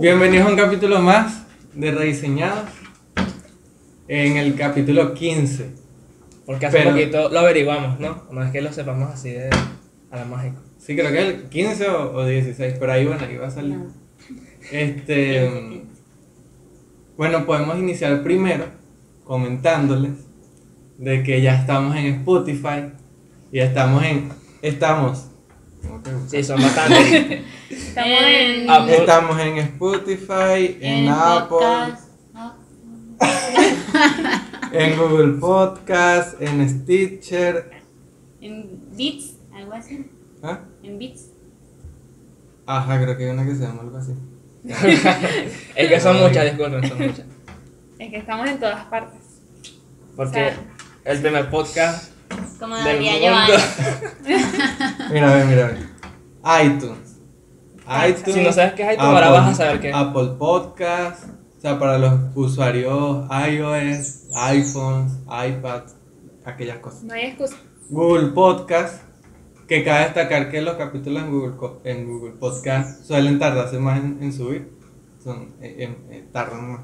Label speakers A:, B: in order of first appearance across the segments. A: Bienvenidos a un capítulo más de Rediseñados. En el capítulo 15.
B: Porque hace
A: Pero-
B: poquito lo averiguamos, ¿no? No es que lo sepamos así de a la mágica.
A: Sí, creo que es el 15 o, o 16, por ahí, bueno, ahí va a salir. Este. mm, Bueno, podemos iniciar primero comentándoles de que ya estamos en Spotify. Ya estamos en. Estamos. ¿cómo que busco?
B: Sí, son bastantes.
C: Estamos en,
B: Ah, pues,
A: Estamos en Spotify, en, Apple,
C: podcast, ¿no?
A: en Google Podcast, en Stitcher.
C: en Beats, algo así.
A: ¿ah?
C: En Beats.
A: Ajá, creo que hay una que se llama algo así.
B: es que son muchas, disculpen, son muchas.
C: Es que estamos en todas partes.
B: Porque el primer podcast
C: Como
B: del
C: debería
B: mundo.
C: llevar.
A: Mira, a ver, mira, a ver. iTunes. iTunes.
B: Ah, Si no sabes qué es iTunes, ahora vas a saber qué es.
A: Apple Podcast. O sea, para los usuarios iOS, iPhones, iPads, aquellas cosas.
C: No hay excusa.
A: Google Podcast. Que cabe destacar que los capítulos en Google, Co- en Google Podcast suelen tardarse más en, en subir. Son, eh, en- eh, tardan más.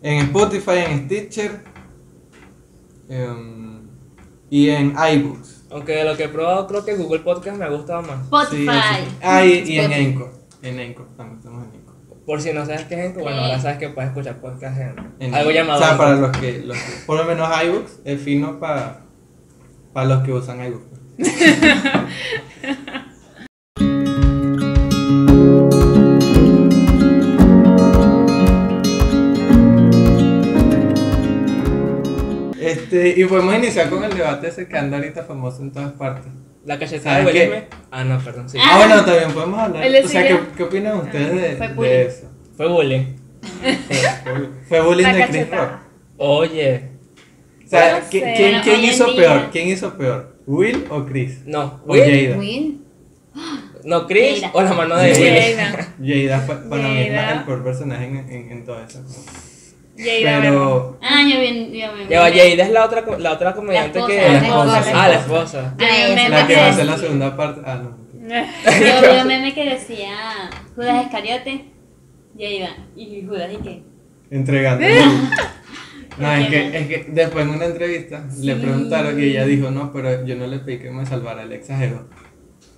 A: En Spotify, en Stitcher. em, y en iBooks.
B: Aunque de lo que he probado, creo que Google Podcast me ha gustado más.
C: Spotify.
A: Sí, sí. Ah, y, y en
C: Spotify.
A: Anchor. En Anchor, también estamos en Anchor.
B: Por si no sabes qué es esto, bueno, ahora sabes que puedes escuchar podcast en,
A: En
B: algo
A: Anchor.
B: llamado.
A: O sea, para
B: Anchor.
A: los que, los que- Por lo menos iBooks es fino para para los que usan iBooks. Este, y podemos iniciar con el debate ese que anda ahorita famoso en todas partes.
B: La cachetada de
A: ¿Sabes qué?
B: Will Smith. Ah, no, perdón, sí.
A: Ah, bueno, también podemos hablar.
C: El de
A: O sea, ¿qué,
C: Silvia- Ah,
A: qué opinan ustedes
C: fue
A: de,
C: bullying.
A: de eso?
B: Fue bullying.
A: Fue bullying
C: La
A: de Chris
C: cachetada.
A: Rock.
B: Oye,
A: O sea,
C: No
A: ¿qui-
C: sé,
A: ¿quién,
C: bueno,
A: quién
C: hoy en
A: hizo
C: día.
A: peor? ¿Quién hizo peor? ¿Will o Chris?
B: no.
A: O
B: Will,
A: Jada.
C: Win.
B: no Chris
C: Jada.
B: o la mano de
A: Sí.
B: Will.
C: Jada.
A: Jada fue para mí es la-
C: Jada.
A: el peor personaje en, en, en todo eso.
C: Jada.
A: Pero-
C: Berman. Ah, yo bien, yo bien.
B: Ya va, Jada es la otra, co- la otra comediante
C: esposa,
B: que.
C: la
A: esposa, la
B: Ah, la
A: esposa.
B: esposa.
C: Yo vi un meme
A: La que va a hacer
C: decía-
A: la segunda parte. Ah, no.
C: Yo vi un meme que decía ah, Judas Iscariote, Jada. Y Judas, ¿y qué?
A: Entregando.
C: ¿Eh?
A: No, es que, es que después en una entrevista le
C: Sí.
A: preguntaron y ella dijo, no, pero yo no le pedí que me salvara, él exageró.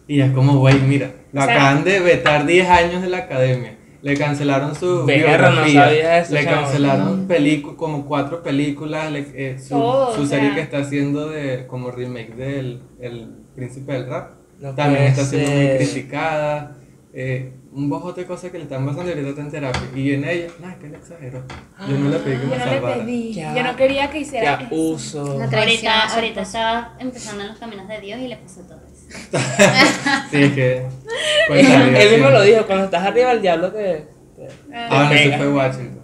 A: Y es como, güey, mira, lo
C: O sea-
A: acaban de vetar 10 años de la academia. Le cancelaron su
B: Verga, no
A: biografía,
B: sabía eso,
A: le
B: chamo.
A: cancelaron pelicu- como cuatro películas, le- eh, su,
C: Todo,
A: su
C: o
A: serie
C: sea.
A: que está haciendo de, como remake del el Príncipe del Rap.
B: No
A: También
B: puede
A: está siendo muy
B: ser.
A: criticada. eh, un bojote de cosas que le están pasando y ahorita está en terapia. Y en ella, no, es que le exageró. Yo no le pedí que
D: Ah, Yo
A: me
D: no le
A: salvara.
D: pedí.
B: Ya.
D: Yo no quería que
B: Qué
D: hiciera eso.
B: abuso.
D: No Traición a
C: Ahorita,
D: su
C: ahorita
D: esposo.
C: estaba empezando en los caminos de Dios y le pasó todo eso.
A: Sí, es que. pues, la vida
B: Él mismo
A: siempre.
B: lo dijo, cuando estás arriba el diablo te...
D: Pues,
B: te-
A: Ah, no,
B: Pega.
A: ese fue Washington.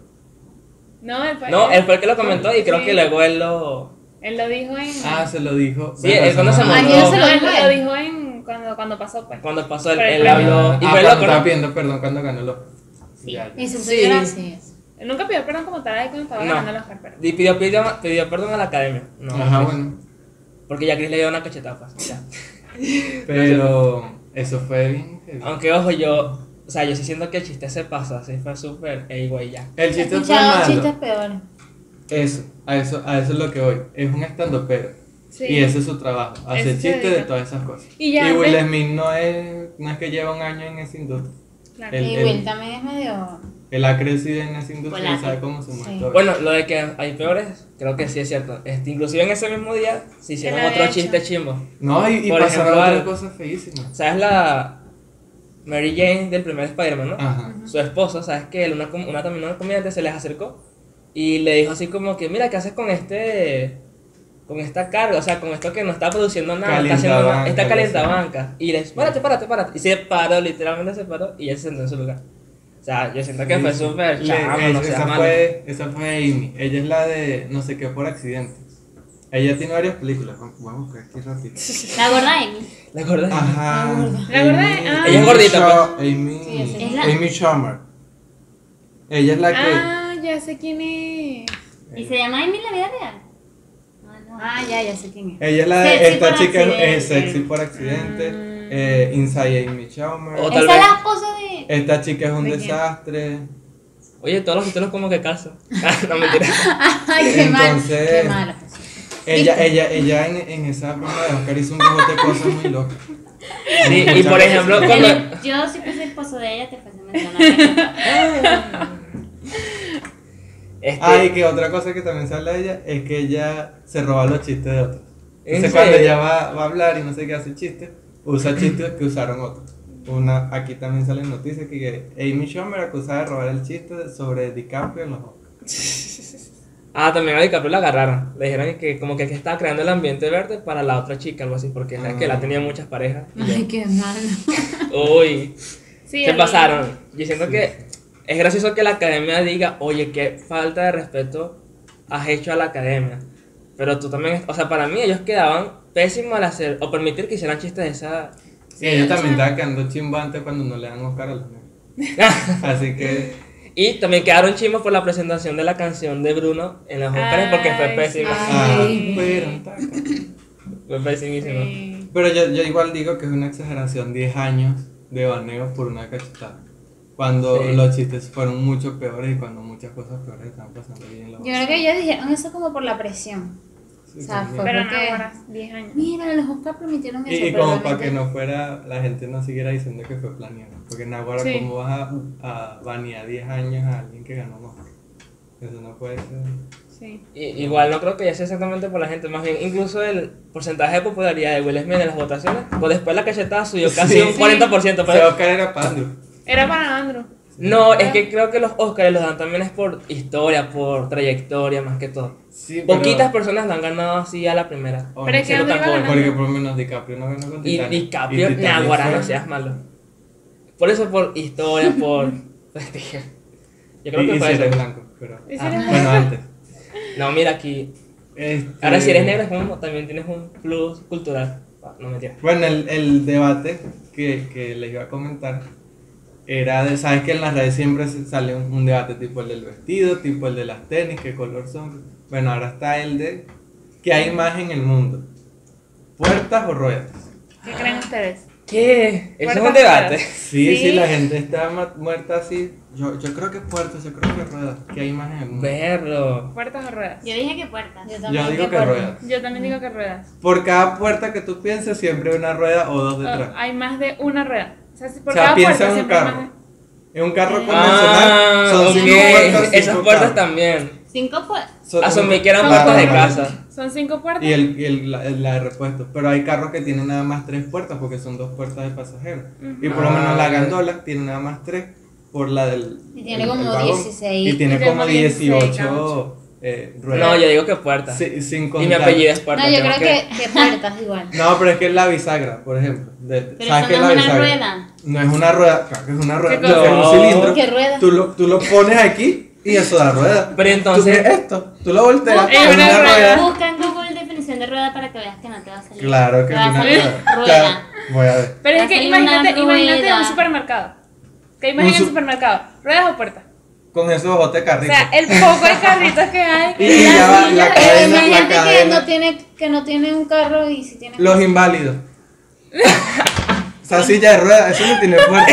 D: No, él fue-
B: No, él fue el que lo comentó y creo
D: Sí.
B: que luego él lo...
D: Él lo dijo en.
A: Ah, se lo dijo.
B: Sí, él cuando se
A: ah,
B: mudó.
D: no,
B: yo no se
D: él
C: lo
D: lo,
C: dijo a él.
D: dijo en. Cuando, cuando pasó, pues.
B: Cuando pasó el,
D: Pero
B: el
D: él-
B: hablo... Y
A: Ah,
B: fue
A: cuando
B: el
A: estaba
B: loco,
A: pidiendo perdón cuando ganó el Oscar. Ya, ya.
C: Y su
B: Sí.
D: Él nunca pidió perdón como tal ahí cuando estaba
B: No.
D: ganando el Oscar, pero.
B: ¿no? Y pidió, pidió, pidió perdón a la academia. No,
A: Ajá,
B: no,
A: bueno.
B: Porque ya Chris le dio una cachetada. pues, ya.
A: Pero. Eso fue bien. heavy.
B: Aunque ojo, yo... O sea, yo sí siento que el chiste se pasa, así fue súper... Ey, güey, ya.
A: El
C: He
A: chiste fue
C: escuchado
A: malo.
C: chistes peores.
A: Eso, a eso, a eso es lo que voy. Es un estando pero.
D: Sí.
A: Y ese es su trabajo, hacer
D: Ese se
A: chistes de
D: dedica.
A: todas esas cosas.
D: Y ya
A: Will
D: antes-
A: Smith no es, no es que lleva un año en esa industria.
D: pues, Claro.
A: Él,
E: y
A: él-
E: Will también es medio.
A: él ha crecido en esa industria y
C: Volátil.
A: sabe cómo se mueve
E: Sí.
A: todo.
B: Bueno, lo de que hay peores, creo que sí es cierto. Este, inclusive en ese mismo día se hicieron
D: lo
B: otro
D: había
B: chiste
D: hecho.
B: chimbo.
A: no, y, y
B: por
A: pasaron
B: ejemplo,
A: otras
B: al-
A: cosas feísimas.
B: ¿Sabes la Mary Jane del primer Spider-Man, no?
A: Ajá.
B: Su esposa, ¿sabes que Una, com- una, también una comediante se les acercó y le dijo así como que, mira, ¿qué haces con este... Con esta carga, o sea, con esto que no está produciendo nada, está haciendo nada,
A: Calientabanca,
B: está
A: algo
B: calientabanca. Y le dice, párate, párate, párate. Y se paró, literalmente se paró y él se sentó en su lugar. O sea, yo siento que fue
A: Sí, sí.
B: súper
A: Le-
B: chamo,
A: es-
B: no seas
A: esa,
B: malo.
A: fue, esa fue Amy. Ella es la de no sé qué por accidente. Ella tiene varias películas. Vamos a buscar aquí ratito.
C: La gorda Amy.
B: ¿La gorda?
A: Ajá.
D: La gorda-
A: Amy-
D: ah.
B: Ella es gordita, pues.
A: Shaw- Amy,
E: Sí, esa
C: es la-
A: Amy Schumer. Ella es la que.
D: Ah, ya sé quién es.
C: ¿Y se llama Amy en la vida real? Ah, no.
E: Ah, ya, ya sé quién es.
A: Ella es la de
C: Sexy
A: esta
C: por
A: chica
C: accidente.
A: es sexy por accidente.
D: Ah,
A: eh, Inside Amy Schumer.
B: O tal
C: Esa es
B: vez-
C: la esposa de.
A: Esta chica es un
D: ¿De quién?
A: desastre.
B: Oye, todos los títulos como que calzan. Ah, no, mentira.
C: Ay, qué malo.
A: Entonces-
C: Qué malo.
A: Ella, ella, ella en, en esa ronda de Oscar hizo un montón de cosas muy locas.
B: Sí, y por ejemplo, cuando...
C: Pero Yo si fuese esposo de ella te fuese a mencionar.
B: Ah. Este,
A: Ah, y que otra cosa que también se habla de ella es que ella se roba los chistes de otros.
B: ¿En
A: Entonces cuando
B: serio?
A: ella va, va a hablar y no sé qué hace chistes, usa chistes que usaron otros. Una, aquí también salen noticias que Amy Schumer acusada de robar el chiste sobre DiCaprio en los Oscars.
B: Ah, también a DiCaprio la agarraron. Le dijeron que como que, que estaba creando el ambiente verde para la otra chica, algo así, porque es la que la tenía muchas parejas.
C: Ay, qué malo.
B: Uy,
D: Sí,
B: se
D: el-
B: pasaron. Yo siento que es gracioso que la academia diga, oye, qué falta de respeto has hecho a la academia. Pero tú también, o sea, para mí ellos quedaban pésimos al hacer o permitir que hicieran chistes de esa...
A: Y ella también estaba quedando chimbante cuando no le dan Oscar a los negros. Así que
B: Y también quedaron chimos por la presentación de la canción de Bruno en los Óscares porque fue
D: Ay,
B: pésimo.
C: sí.
A: Ah,
C: Ay.
A: fueron tacas.
B: Fue pésimísimo.
D: Sí.
A: Pero yo, yo igual digo que es una exageración 10 años de baneo por una cachetada. Cuando
B: Sí.
A: los chistes fueron mucho peores y cuando muchas cosas peores están pasando bien. en la
C: Yo
A: bolsa.
C: creo que ellos dijeron eso como por la presión.
A: Sí,
C: o sea,
A: también.
C: fue-
D: Pero
C: ¿Por
D: no,
C: qué?
D: ahora 10 años.
C: Mira, los Oscar permitieron
A: y,
C: eso.
A: y
C: pero
A: como para
C: realmente-
A: que no fuera, la gente no siguiera diciendo que fue planeado. Porque en Aguara,
D: Sí.
A: ¿cómo vas a, a banear 10 años a alguien que ganó más? Eso no puede ser.
D: Sí.
B: I- Igual no creo que ya sea exactamente por la gente, más bien incluso el porcentaje de popularidad de Will Smith en las votaciones, pues después la cachetada subió casi
A: Sí.
B: un 40%,
A: Pero
B: pero
A: Oscar era Pandro.
D: Era para Andrew.
B: no, es que creo que los Oscars los dan también es por historia, por trayectoria más que todo.
A: Sí, pero-
B: Poquitas personas lo han ganado así a la primera.
A: o
D: Pero
A: no
D: es
A: sé,
D: que Andrew iba
B: tampoco,
D: ganando.
A: Porque por lo menos DiCaprio no ganó con
B: Y
A: Titanic.
B: DiCaprio,
A: Y Titanic
B: Naguará,
A: fue-
B: no seas malo. Por eso por historia, por prestigio. Yo creo
A: Y,
B: que
A: y si
B: fue
A: eres
B: eso.
A: blanco, pero...
D: ¿Y si
B: Ah.
D: era-
A: Bueno, antes.
B: No, mira aquí.
A: Este,
B: Ahora si eres negro es como- también tienes un plus cultural. Ah, No mentira.
A: Bueno, el, el debate que, que les iba a comentar era de, sabes que en las redes siempre se- sale un, un debate tipo el del vestido, tipo el de las tenis, qué color son. Bueno, ahora está el de qué hay más en el mundo, puertas o ruedas.
C: Ah.
D: ¿Qué creen ustedes?
B: ¿Qué? Eso es un
D: Puertas
B: debate.
D: cerradas.
A: Sí, sí,
D: Sí.
A: la gente está ma- muerta así. Yo, yo creo que puertas, yo creo que ruedas, qué hay más en el mundo.
B: Verlo.
D: ¿Puertas o ruedas?
C: Yo dije que puertas. Yo
A: Yo digo que ruedas.
D: Yo también digo que ruedas.
A: Por cada puerta que tú pienses siempre hay una rueda o dos detrás.
D: Ah, hay más de una rueda. O sea, si por
A: O sea,
D: cada
A: piensa
D: puerta
A: en un
D: siempre hay
A: carro.
D: más de-
A: En un carro convencional
B: Ah,
A: son
B: ok.
A: cinco puertas. cinco
B: Esas puertas
A: carros.
B: también.
C: Cinco puertas.
A: Son-
B: Asumí que eran
A: son-
B: puertas de
A: Ah,
B: casa.
D: Son cinco puertas.
A: Y, el, y el- la, la de repuestos. Pero hay carros que tienen nada más tres puertas porque son dos puertas de pasajeros. Y por lo menos la
B: Ah.
A: gandola tiene nada más tres por la del.
C: Y tiene como
A: vagón.
C: 16.
A: Y tiene
D: Y tiene
A: como
D: como
A: 18 eh, ruedas.
B: No, yo digo que puertas.
A: Sí, sin
B: y mi
A: contar-
B: apellido es puerta.
C: No, yo
B: tengo
C: creo que, que puertas igual.
A: No, pero es que es la bisagra, por ejemplo. De-
C: Pero
A: ¿Sabes
C: eso
A: qué
C: no
A: la
C: es una
A: bisagra?
C: rueda.
A: No es una rueda, claro que es una rueda.
D: ¿Qué cosa?
A: porque es un
B: No.
A: cilindro.
C: ¿Qué rueda?
A: Tú lo, tú lo pones aquí y eso da rueda.
B: Pero entonces-
A: ¿Tú qué es esto? Tú lo volteas. ah,
D: Es
A: es
D: una rueda.
C: Busca en Google definición de rueda para que veas que no te va a salir.
A: Claro que
C: Te
A: es
C: va a
A: una
C: salir
A: rueda.
C: Ah, rueda.
A: Claro, voy a ver.
D: Pero es que
C: Hacen una
D: imagínate, imagínate
C: rueda.
D: un supermercado. ¿Qué
A: Un
D: imaginas
A: su-
D: el supermercado? ¿Ruedas o puertas?
A: Con esos ojos de
D: O
A: carrito.
D: sea, el poco de carritos que hay.
A: Y ya va
C: Pero
A: la cadena, la
C: imagínate que
A: cadena.
C: no, tiene, que no tiene un carro y si tiene.
A: Los inválidos. O sea, silla de ruedas, eso no tiene puerta.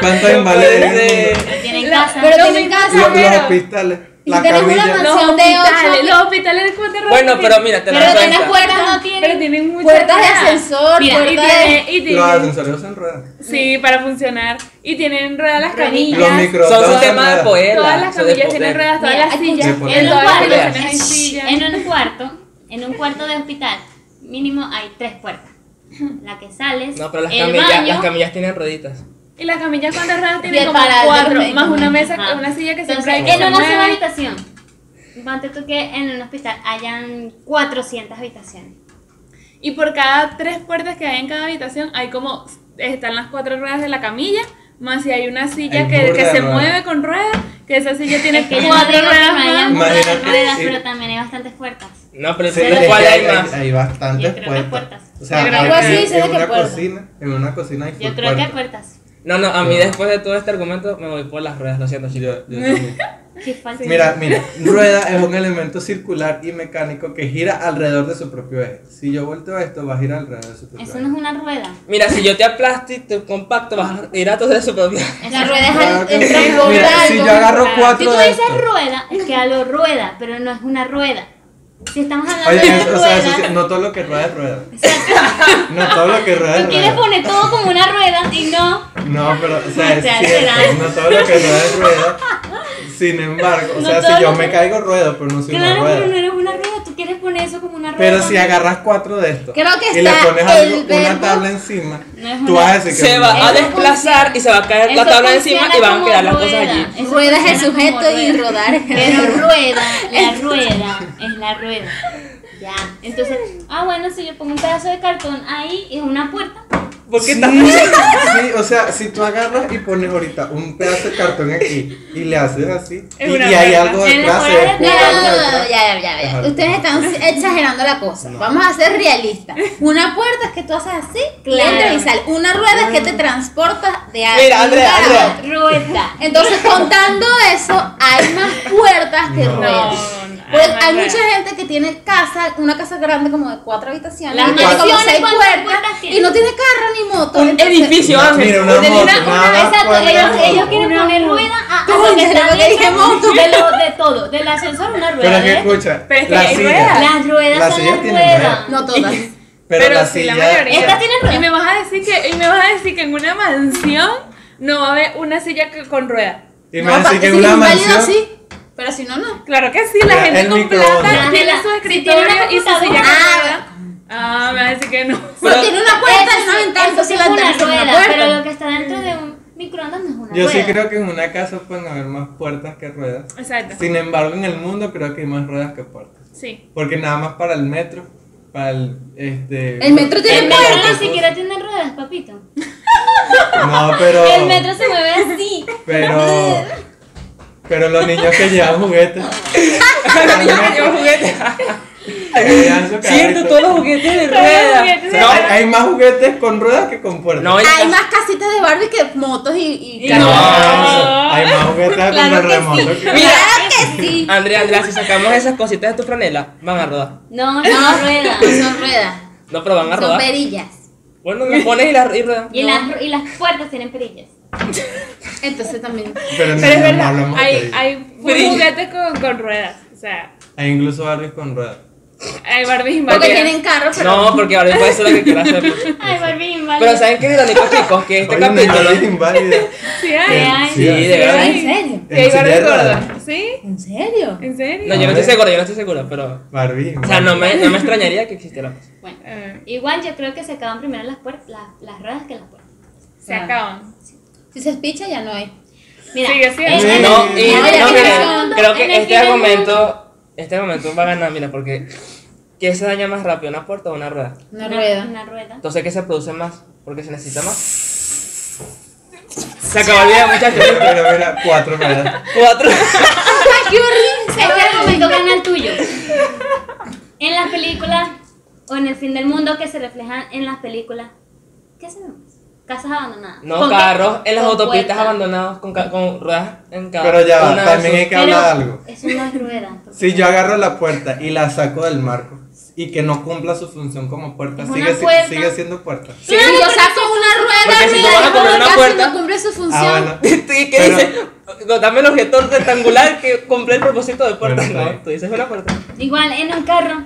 A: ¿Cuántos
B: No
A: inválidos hay en
B: puede
A: el
B: ser.
A: mundo?
C: tienen
D: La-
C: casa.
D: pero
C: Los
D: tienen
C: inválidos.
D: casa.
A: Lo- Los,
D: Pero-
A: hospitales, la
C: Y tenemos una
A: camilla.
C: mansión.
D: Los
C: Son de
D: hospitales,
C: ocho.
D: los hospitales, ¿cuántas ruedas
B: Bueno, pero
D: tienen?
B: mira, te das
C: Pero tiene
B: cuenta.
C: puertas, no tiene.
D: Pero tienen muchas
C: puertas de
D: ruedas.
C: ascensor,
D: Mira, y
C: puertas de.
D: tiene, y
A: Los
D: tienen,
A: ascensores usan ruedas.
D: sí, para funcionar. Y tienen ruedas las
C: Rueditas.
A: Los
D: camillas.
A: microondas
B: Son
A: usan
B: sistemas de
A: ruedas.
B: poder.
D: Todas las
B: son de
D: camillas tienen
B: poder.
D: ruedas, todas
C: Mira,
D: las
C: escucha,
D: sillas.
A: De
D: En
A: poder.
D: todas las
C: En un
D: habitaciones hay
C: cuarto,
D: sillas.
C: en un cuarto, en un cuarto de hospital, mínimo hay tres puertas. La que sales,
B: No, pero las
C: el
B: camillas,
C: baño
B: las camillas tienen rueditas.
D: Y las camillas cuántas ruedas
C: y
D: tienen
C: el
D: como
C: paradero.
D: cuatro, más una
C: Ajá.
D: mesa, una silla que siempre hay
C: Entonces,
D: que
C: en una sola
D: comer.
C: habitación. Ponte tú que en un hospital hayan 400 habitaciones.
D: Y por cada tres puertas que hay en cada habitación, hay como están las cuatro ruedas de la camilla, más si hay una silla
A: Hay
D: que,
A: burda
D: que
A: de
D: se
A: ruedas.
D: mueve con ruedas, que esa silla tiene
C: Es que yo no
D: cuatro
C: digo que
D: ruedas
C: no hayan
D: más.
A: más.
C: muchas
A: Imagínate,
C: ruedas,
A: sí.
C: pero también hay bastantes puertas.
B: No, pero
A: Sí,
B: ¿cuál
A: es que
B: hay
A: hay-
B: más?
A: hay bastantes
C: Yo creo que
A: puertas.
C: puertas.
A: O sea,
D: Yo creo
A: hay-
D: que
A: en-
D: sí,
C: se dice
A: en
C: que
A: una
C: puertas.
A: cocina, en una cocina hay
C: Yo
A: full
C: creo que
A: puertas.
C: puertas.
B: No, no, a mí
A: No.
B: después de todo este argumento me voy por las ruedas, lo siento, chicos.
A: Yo- yo también.
C: Qué falso.
A: Mira, mira, rueda es un elemento circular y mecánico que gira alrededor de su propio eje. Si yo volteo esto, va a girar alrededor de su propio
C: Eso
A: eje.
C: no es una rueda.
B: Mira, si yo te aplasto y te compacto, vas a ir a todo de su propia.
C: La rueda es
A: Claro
C: al-
A: que
C: el
A: sí.
C: transbordar,
A: Mira, si yo
C: como-
A: agarro
C: Si
A: cuatro
C: tú
A: de
C: dices
A: estos.
C: rueda, es que algo rueda, pero no es una rueda. Si estamos hablando
A: Oye,
C: de
A: es-
C: rueda,
A: o sea, eso sí, no todo lo que rueda es rueda. No todo lo que rueda es
C: tú quieres
A: rueda.
C: poner todo como una rueda y no.
A: No, pero, o sea, es
C: O sea,
A: cierto,
C: será.
A: no todo lo que rueda es rueda. Sin embargo, o
C: No
A: sea,
C: todo
A: si yo
C: lo
A: me
C: que-
A: caigo, ruedo, pero no soy una
C: Claro, pero no
A: rueda.
C: eres una rueda, tú quieres poner eso como una rueda.
A: Pero si agarras cuatro de estos
E: Creo que
A: y le
E: está
A: pones
E: el
A: algo, una
E: verbo-
A: tabla encima,
C: No es
A: tú
C: una-
A: vas a decir que
B: Se
A: es
B: va a
A: una
C: Eso
B: desplazar y se va a caer la
C: Eso
B: tabla encima
C: funciona
B: y van a
C: como
B: quedar las cosas
C: rueda.
B: allí.
C: Eso
E: Rueda es el
C: funciona como
E: sujeto y
C: rueda.
E: rodar es el
C: Pero
E: verbo.
C: rueda, la rueda es la rueda. Ya. Entonces, ah, bueno, si yo pongo un pedazo de cartón ahí, es una puerta.
B: ¿Por qué
A: Sí,
B: tan-
A: sí, o sea, si tú agarras y pones ahorita un pedazo de cartón aquí y le haces así, y,
D: Es una
A: y hay
D: puerta.
A: algo
C: Es
A: detrás,
C: la
A: se
C: puerta.
E: No,
A: descubre
E: no,
A: algo
E: no, no,
A: detrás.
E: ya, ya, ya.
A: Ajá.
E: Ustedes están exagerando la cosa. Vamos a ser realistas. Una puerta es que tú haces así,
C: Claro.
E: entra y sale. Una rueda
A: Mm.
E: es que te transportas de algo.
B: Mira, Andrea, Andrea.
C: Rueda.
E: Entonces, contando eso, hay más puertas que
A: No.
E: ruedas.
D: no,
E: Pues,
D: no,
E: hay
D: no.
E: mucha gente que tiene casa, una casa grande como de cuatro habitaciones,
C: Las
E: y tiene como
C: mansiones,
E: seis
C: ¿cuántas
E: puertas
C: puertas tiene?
E: y no tiene carro ni moto.
B: Un
E: entonces-
B: edificio,
A: Una-
B: Ángel.
A: mira, una
B: Un
A: moto,
B: edificio.
A: una-
C: Una,
A: Nada,
C: exacto,
A: cuadra,
C: ellos,
A: rueda.
C: ellos quieren
D: Una
C: poner
D: rueda.
C: rueda a, a
E: Coño,
C: lo que
E: lo
C: está
E: que
C: dentro
E: dijimos tú.
C: de, lo, de todo. Del ascensor, una
A: Pero
C: rueda. ¿eh?
A: es que
C: ¿ves?
A: escucha,
D: Pero es que
A: la
D: hay
A: silla,
D: ruedas.
C: Las ruedas
A: Las
C: son
A: sillas
C: las
A: tienen ruedas.
C: ruedas.
E: No todas.
A: pero, la
D: sí,
A: silla,
D: mayoría.
C: Esta tiene ruedas.
D: Y me vas a decir que, y me vas a decir que en una mansión no va a haber una silla que- con rueda.
A: y
E: No,
A: me
E: pa-
A: dice que
E: si
A: en
E: es
A: una
E: inválido,
A: mansión,
E: sí, pero si no, no.
D: Claro que sí, la
A: Mira, el
D: gente con
A: microondas.
D: plata
C: Las de la-
D: tiene su
C: si tiene
D: escritorio
C: una
D: y su silla
C: computadora.
D: con rueda. Ah, me vas a decir que no.
E: No
B: Pero-
E: tiene una puerta y una
C: Eso-
E: ventana,
C: eso sí
E: entonces
C: es
E: la
C: una
E: ventana es una
C: rueda, pero lo
E: puerta.
C: que está dentro de un microondas no es una
A: yo
C: rueda.
A: sí creo que en una casa pueden haber más puertas que ruedas.
D: Exacto.
A: Sin embargo, en el mundo creo que hay más ruedas que puertas.
D: Sí.
A: Porque nada más para el metro, para el, este...
E: El metro tiene
C: El metro ni
A: puertas.
C: siquiera tiene ruedas, papito.
A: No, pero...
C: El metro se mueve así.
A: Pero... Pero los niños que llevan juguetes...
B: Los niños que llevan juguetes.
A: llevan su
B: Cierto,
A: carrito.
B: todos los juguetes de
D: Todos los
B: rueda.
A: O
D: juguetes
A: sea, hay, hay más juguetes con ruedas que con puertas.
B: No, no,
E: Hay
B: hay-
E: más casitas de Barbie que motos y, y
A: No,
E: carros.
A: eso. Hay más juguetes con el
E: Claro que
A: remoto
E: sí.
A: que-
B: Mira.
E: Claro que sí.
B: Andrea, Andrea, si sacamos esas cositas de tu franela, van a rodar.
C: No, no
E: No,
C: es rueda.
E: son ruedas.
B: No, pero van a
E: Son
B: rodar.
E: perillas.
B: Bueno, me pones y la y ruedan.
C: Y, las, y las puertas tienen perillas.
E: Entonces también.
A: Pero, no,
D: Pero
A: no,
D: es
A: no
D: verdad,
A: hablamos de
D: hay,
A: ello.
D: hay juguetes con, con ruedas. O sea,
A: Hay incluso Barbies con ruedas.
D: hay Barbies
E: Porque
D: inválidas.
E: tienen carros, pero.
B: No, porque ahora puede ser lo que quieras hacer.
C: Ay, Barbie, vale.
B: Pero ¿saben qué es irónico, chicos? Que este
A: Oye, una
B: capítulo...
A: Barbie inválida.
D: Sí,
A: Sí,
D: hay.
C: hay.
A: sí,
B: Sí, de
D: Sí,
B: verdad.
D: hay.
E: ¿En serio?
D: Sí, hay
A: ¿En
D: Barbies
A: serio?
D: gordas. ¿Sí?
E: ¿En serio?
D: ¿En serio?
B: No, yo no estoy seguro, yo no estoy seguro, pero...
A: Barbie
B: O sea, no me, no me extrañaría que existiera.
C: Bueno,
D: Eh,
C: igual yo creo que se acaban primero las puertas, las, las ruedas que las puertas.
D: se acaban.
E: Si se espicha, ya no hay.
C: Mira,
D: Sigue siendo.
C: en- en-
B: No, y
C: en el
B: no,
C: fin del
B: miren,
C: mundo-
B: creo
C: en
B: que
C: el
B: este
C: fin del mundo-
B: argumento, este argumento va a ganar, mira, porque ¿qué se daña más rápido, una puerta o una rueda?
E: Una rueda.
C: Una rueda.
B: Entonces, ¿qué se produce más? Porque se necesita más. Se acabó el video,
A: Mira,
B: muchachos.
A: mira, mira, cuatro ruedas.
B: Cuatro.
E: ¡Ay, qué horrible!
C: Este argumento gana el tuyo. En las películas o en el fin del mundo que se reflejan en las películas, ¿qué hacemos? Casas abandonadas.
B: No,
C: ¿Con qué?
B: carros en las
C: Con
B: autopistas
C: puertas.
B: abandonados con, ca- con ruedas en cada
A: Pero ya va,
B: una de
A: también
B: sus-
A: hay que
C: Pero
A: hablar de algo.
C: Eso no es rueda. porque
A: Si yo agarro la puerta y la saco del marco y que no cumpla su función como puerta,
C: Es una
A: sigue, si-
C: puerta.
A: sigue siendo puerta.
E: Si yo saco una rueda,
B: Porque si tú
E: mira,
B: vas a
E: como
B: poner una
E: casi
B: puerta-
E: no cumple su función.
A: Ah, bueno.
B: ¿Y qué
A: Pero-
B: dice? No, dame el objeto rectangular que cumple el propósito de puerta.
A: Bueno, está
B: no,
A: bien.
B: tú dices una puerta.
C: Igual en un carro,